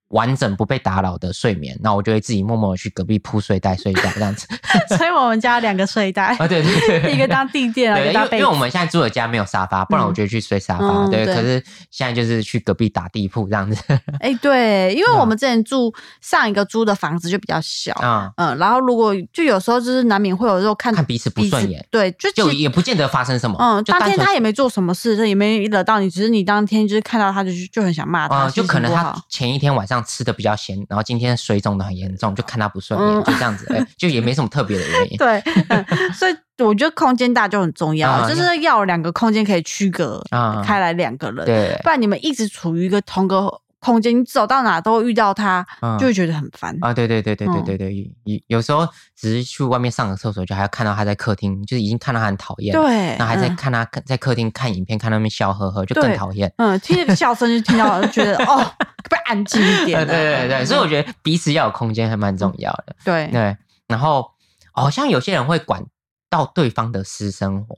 S1: 完整不被打扰的睡眠，那我就会自己默默的去隔壁铺睡袋睡一觉这样子。
S2: 所以我们家有两个睡 袋，
S1: 啊，对对哎对，
S2: 一个当地垫，一
S1: 对，
S2: 个
S1: 因
S2: 当
S1: 为因
S2: 被
S1: 为
S2: 子
S1: 我。们现在住的家没有沙发，不然我就去睡沙发。
S2: 嗯
S1: 对，
S2: 对
S1: 可是现在就是去隔壁打地铺这样子。
S2: 哎、对，因为
S1: 嗯
S2: 我们之前住上一个租的房子就比较小，
S1: 啊，
S2: 嗯，然后如果就有时候就是难免会有时候看
S1: 看彼此不顺眼，
S2: 对，就
S1: 就
S2: 其实
S1: 也不见得发生什么。
S2: 嗯，
S1: 就
S2: 当
S1: 单
S2: 天
S1: 纯
S2: 他也没做什么事，这也没惹到你，只是你当天就是看到他就就很想骂他，
S1: 啊、就
S2: 心情
S1: 可能
S2: 不
S1: 他
S2: 好
S1: 前一天晚上吃的比较咸，然后今天水肿的很严重，就看他不顺眼，
S2: 嗯
S1: 就这样子、哎就也没什么特别的 原因。
S2: 对、嗯所以我觉得空间大就很重要，
S1: 啊
S2: 就是要有两个空间可以区隔、
S1: 啊
S2: 开来两个人，
S1: 对，
S2: 不然你们一直处于一个同个空间，你走到哪都会遇到他，
S1: 嗯
S2: 就会觉得很烦。
S1: 啊，对对对对对
S2: 嗯
S1: 对对，有有时候只是去外面上个厕所，就还要看到他在客厅，就是已经看到他很讨厌了，
S2: 对，
S1: 然后还在
S2: 嗯
S1: 看他在客厅看影片，看他们笑呵呵，就更
S2: 对
S1: 讨厌。
S2: 嗯，听那个笑声就听到，就觉得 哦，可不可以安静一点
S1: 对
S2: 啊？
S1: 呃对对对，所以我觉得彼此要有空间还
S2: 嗯
S1: 蛮重要的。
S2: 对
S1: 对，然后好像有些人会管到对方的私生活，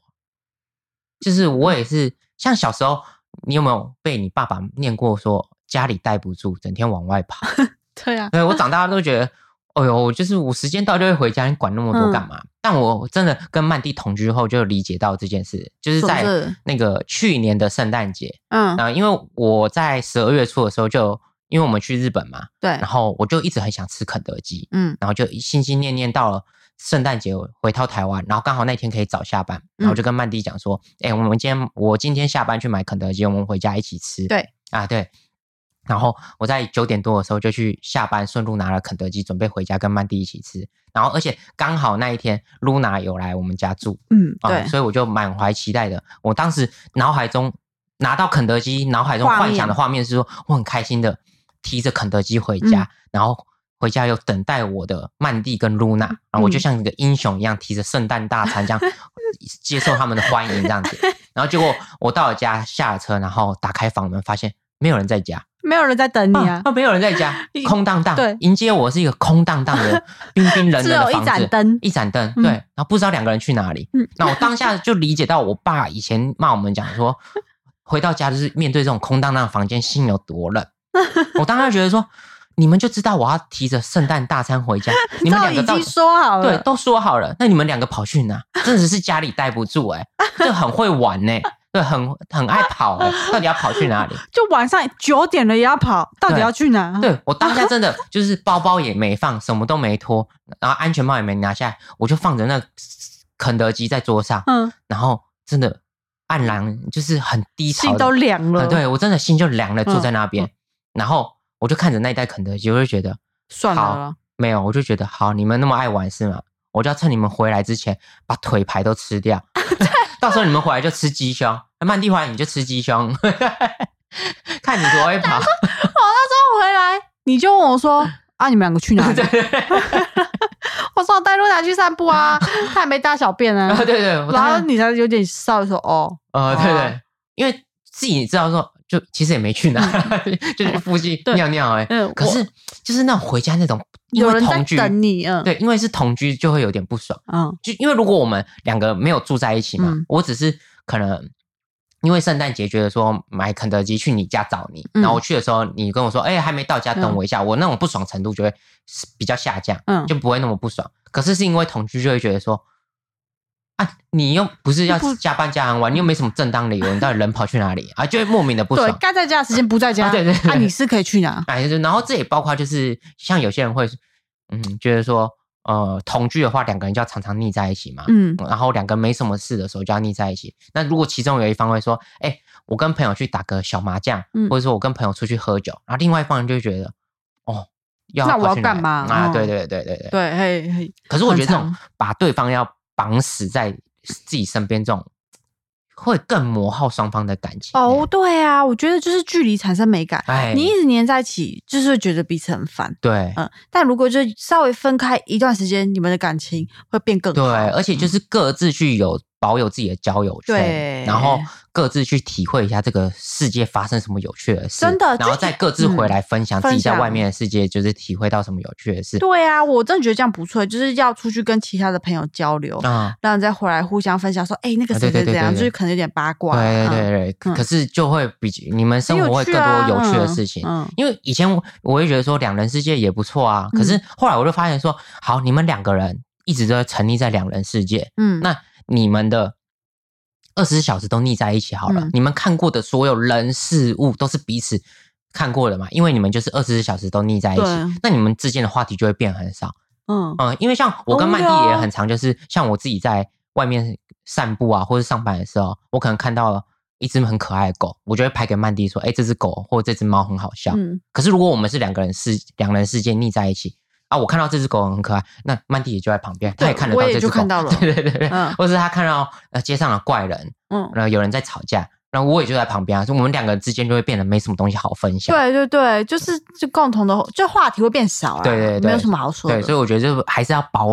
S1: 就是我也是，像小时候，你有没有被你爸爸念过说家里待不住，整天往外跑？
S2: 对啊，
S1: 对我长大都觉得，哎呦，我就是我时间到就会回家，你管那么多干嘛？但我真的跟曼蒂同居后就理解到这件事，就是
S2: 是不
S1: 在
S2: 是？
S1: 那个去年的圣诞节，
S2: 嗯，
S1: 啊、因为我在十二月初的时候就因为我们去日本嘛，
S2: 对
S1: 然，后我就一直很想吃肯德基，
S2: 嗯
S1: 然后就心心念念到了圣诞节我回到台湾，然后刚好那天可以早下班，然后就跟曼蒂讲说，哎、我们今天我今天下班去买肯德基，我们回家一起吃。
S2: 对
S1: 啊，对。然后我在九点多的时候就去下班，顺路拿了肯德基，准备回家跟曼蒂一起吃。然后而且刚好那一天露娜有来我们家住，
S2: 嗯，
S1: 啊、
S2: 对，
S1: 所以我就满怀期待的。我当时脑海中拿到肯德基，脑海中
S2: 画面
S1: 幻想的画面是说，我很开心的提着肯德基回家，
S2: 嗯
S1: 然后回家又等待我的曼蒂跟露娜，然后我就
S2: 嗯
S1: 像一个英雄一样提着圣诞大餐这 样接受他们的欢迎这样子。然后结果我到了家，下了车，然后打开房门，发现没有人在家。
S2: 没有人在等你
S1: 啊
S2: 啊，，
S1: 啊没有人在家
S2: 一，
S1: 空荡荡。
S2: 对
S1: 迎接我是一个空荡荡的、冰冰冷冷
S2: 只
S1: 的
S2: 有一
S1: 房子，
S2: 盏灯
S1: 一盏灯，
S2: 嗯
S1: 对。然后不知道两个人去哪里
S2: 嗯。
S1: 那我当下就理解到，我爸以前骂我们讲说，回到家就是面对这种空荡荡的房间，心有多 冷。我当时觉得说，你们就知道我要提着圣诞大餐 回家，你们
S2: 照
S1: 两个
S2: 已
S1: 到
S2: 经说好
S1: 对
S2: 了，
S1: 都说好了，那你们两个跑去哪？真的是家里待不住哎、这很会玩呢、对，很很爱跑、欸，到底要跑去哪里？
S2: 就晚上九点了也要跑，到底
S1: 对
S2: 要去哪？
S1: 对我
S2: 啊
S1: 当下真的就是包包也没放，什么都没脱，然后安全帽也没拿下来，我就放着那肯德基在桌上，
S2: 嗯，
S1: 然后真的黯然，就是很低潮
S2: 心
S1: 的，
S2: 都凉了，
S1: 呃对我真的心就凉了，
S2: 嗯
S1: 坐在那边，然后我就看着那一袋肯德基，我就觉得
S2: 算了啦
S1: 好，没有，我就觉得好，你们那么爱玩是吗？我就要趁你们回来之前把腿排都吃 掉，到时候你们回来就吃鸡胸，曼蒂回来你就吃鸡胸， 看你多会跑。
S2: 那回来你就问我说啊，你们两个去哪里？ 我说我带露娜去散 步啊，她还没大小便
S1: 然
S2: 啊
S1: 后，对对，我
S2: 然
S1: 当
S2: 后
S1: 时
S2: 你才有点稍微说哦，
S1: 呃，对
S2: 哦
S1: 对，因为自己知道说，就其实也没去哪， 就去附近
S2: 嗯对
S1: 尿尿哎、
S2: 嗯，
S1: 可
S2: 我
S1: 是就是那种回家那种，因
S2: 有
S1: 为
S2: 人在
S1: 同居，
S2: 等你，嗯，，
S1: 对，因为是同居就会有点不爽。
S2: 嗯，
S1: 就因为如果我们两个没有住在一起嘛，
S2: 嗯
S1: 我只是可能因为圣诞节觉得说买肯德基去你家找你，
S2: 嗯
S1: 然后我去的时候你跟我说，哎、还没到家，等我一下，我那种不爽程度就会比较下降，
S2: 嗯
S1: 就不会那么不爽。可是是因为同居就会觉得说。啊，你又不是要
S2: 不嗯
S1: 加班加很晚，你又没什么正当理由，你到底人跑去哪里啊？就会莫名的不
S2: 对，
S1: 爽。
S2: 该在家的时间不在家，
S1: 啊对对对
S2: 啊，你是可以去哪？
S1: 哎，就然后这也包括就是像有些人会，嗯，觉得说，呃，同居的话，两个人就要常常腻在一起嘛，
S2: 嗯，
S1: 然后两个没什么事的时候就要腻在一起。那如果其中有一方会说，哎、我跟朋友去打个小麻将，
S2: 嗯
S1: 或者说我跟朋友出去喝酒，然后另外一方人就会觉得，哦，要
S2: 那我
S1: 跑
S2: 要
S1: 去哪
S2: 干嘛
S1: 啊？
S2: 嗯
S1: 对对对对对。
S2: 对，嘿嘿，
S1: 可是我觉得这
S2: 很
S1: 种把对方要绑死在自己身边，这种会更磨耗双方的感情、欸
S2: 哦，，对啊，我觉得就是距离产生美感，
S1: 哎，
S2: 你一直黏在一起，就是会觉得彼此很烦。
S1: 对，
S2: 嗯，但如果就稍微分开一段时间，你们的感情会变更好。
S1: 对，而且就是各自去有保有自己的交友圈，
S2: 嗯对
S1: 然后各自去体会一下这个世界发生什么有趣的事，
S2: 真的
S1: 然后
S2: 这
S1: 再各自回来分享
S2: 嗯
S1: 自己在
S2: 分享
S1: 外面的世界，就是体会到什么有趣的事。
S2: 对啊，我真的觉得这样不错，就是要出去跟其他的朋友交流，
S1: 啊、
S2: 然后你再回来互相分享说，哎、那个
S1: 啊
S2: 谁
S1: 对
S2: 谁
S1: 对
S2: 怎
S1: 对
S2: 样，
S1: 对对
S2: 就是可能有点八卦，
S1: 对对
S2: 嗯，
S1: 对对，
S2: 嗯
S1: 可是就会比你们生
S2: 很有
S1: 活会
S2: 趣
S1: 更多
S2: 啊
S1: 有趣的
S2: 嗯
S1: 事情。
S2: 嗯
S1: 因为以前我我会觉得说两人世界也不错啊，可
S2: 嗯
S1: 是后来我就发现说，好，你们两个人一直都沉溺在两人世界，
S2: 嗯，
S1: 那你们的二十四小时都腻在一起好了，
S2: 嗯
S1: 你们看过的所有人事物都是彼此看过的嘛，因为你们就是二十四小时都腻在一起
S2: 对，
S1: 那你们之间的话题就会变很少。
S2: 嗯
S1: 嗯，因为像我跟曼
S2: 啊
S1: 蒂也很常，就是像我自己在外面散步啊，或者上班的时候，我可能看到了一只很可爱的狗，我就会拍给曼蒂说：“哎、这只狗或者这只猫很好笑。
S2: 嗯，
S1: 可是如果我们是两个人世两人世界腻在一起啊，我看到这只狗很可爱，那曼蒂也就在旁边，她
S2: 对
S1: 也看得到
S2: 我
S1: 这
S2: 也
S1: 只狗，
S2: 就看到了
S1: 对对对对，
S2: 嗯
S1: 或是她看到呃街上的怪人，
S2: 嗯，
S1: 然后有人在吵架，然后我也就在旁边啊，所以我们两个之间就会变得没什么东西好分享。
S2: 对对对，就是就共同的，就话题会变少啦，
S1: 对对对
S2: 没有什么好说的，
S1: 对，所以我觉得就还是要保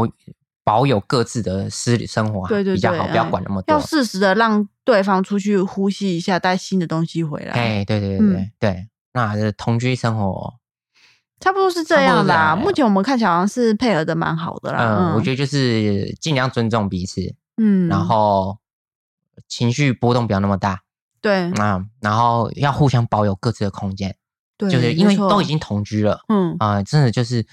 S1: 保有各自的私生活啊
S2: 对对对
S1: 比较好，
S2: 嗯
S1: 不要管那么多
S2: 要。适时的让对方出去呼吸一下，带新的东西回来，
S1: 哎，对对对对、
S2: 嗯
S1: 对，那这同居生活，
S2: 差不多是这样
S1: 差不多
S2: 啦。
S1: 是这样
S2: 目前我们看起来好像是配合的蛮好的啦，
S1: 嗯，
S2: 嗯，
S1: 我觉得
S2: 得，
S1: 就是尽量尊重彼此，
S2: 嗯，
S1: 然后情绪波动不要那么大
S2: 对
S1: 啊、然后要互相保有各自的空间，
S2: 对，
S1: 就是因为
S2: 没错
S1: 都已，经同居了
S2: 嗯
S1: 啊、真的就是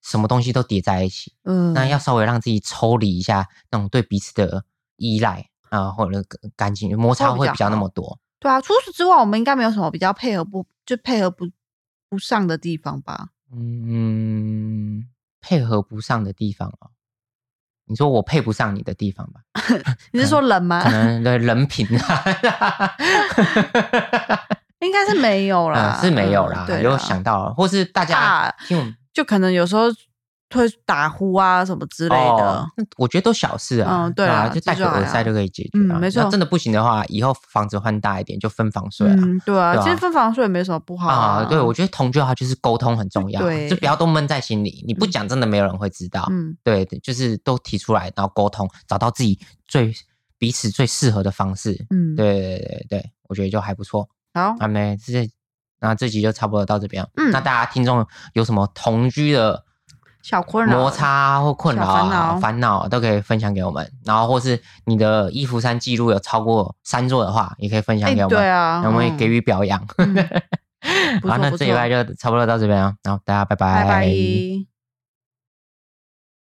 S1: 什么东西都叠在一起，
S2: 嗯，
S1: 那要稍微让自己抽离一下那种对彼此的依赖啊、或者感情摩擦
S2: 会
S1: 会
S2: 比较
S1: 比较那
S2: 好
S1: 么多。
S2: 对啊，除此之外，我们应该没有什么比较配合不就配合不不上的地方吧？
S1: 嗯，配合不上的地方哦。你说我配不上你的地方吧？
S2: 你是说人吗
S1: 可？能的人品 啊，
S2: 应该是没有啦
S1: 啊，是没有啦
S2: 嗯，对啦
S1: 有想到了，或是大家
S2: 大
S1: 听我们
S2: 就可能有时候会打呼啊什么之类的
S1: 哦，，那我觉得都小事啊，
S2: 嗯对啊
S1: 就戴个
S2: 这就还
S1: 耳
S2: 好
S1: 塞就可以解决
S2: 嗯
S1: 啊。
S2: 没错
S1: 那真的不行的话，以后房子换大一点就分房睡啊。
S2: 嗯，对啊，
S1: 对啊
S2: 其实分房睡也没什么不好
S1: 啊，对，我觉得同居的话就是沟通很重要啊，
S2: 对
S1: 就不要都闷在心里，你不讲真的没有人会知道。
S2: 嗯，
S1: 对，就是都提出来，然后沟通，找到自己最彼此最适合的方式。
S2: 嗯，
S1: 对，对对对对，我觉得就还不错。
S2: 好，
S1: 那没这，那这集就差不多到这边。啊
S2: 嗯
S1: 那大家听众有什么同居的
S2: 小啊困扰
S1: 摩擦或困扰
S2: 小烦
S1: 啊、
S2: 恼
S1: 烦恼都可以分享给我们，然后或是你的衣服衫记录有超过三座的话，也可以分享
S2: 哎，
S1: 给我们，
S2: 对啊，
S1: 那我们也给
S2: 嗯
S1: 予表扬。
S2: 嗯不
S1: 好，
S2: 错
S1: 那
S2: 不
S1: 这一
S2: 错
S1: 拜就差不多到这边啊，然后大家拜
S2: 拜拜。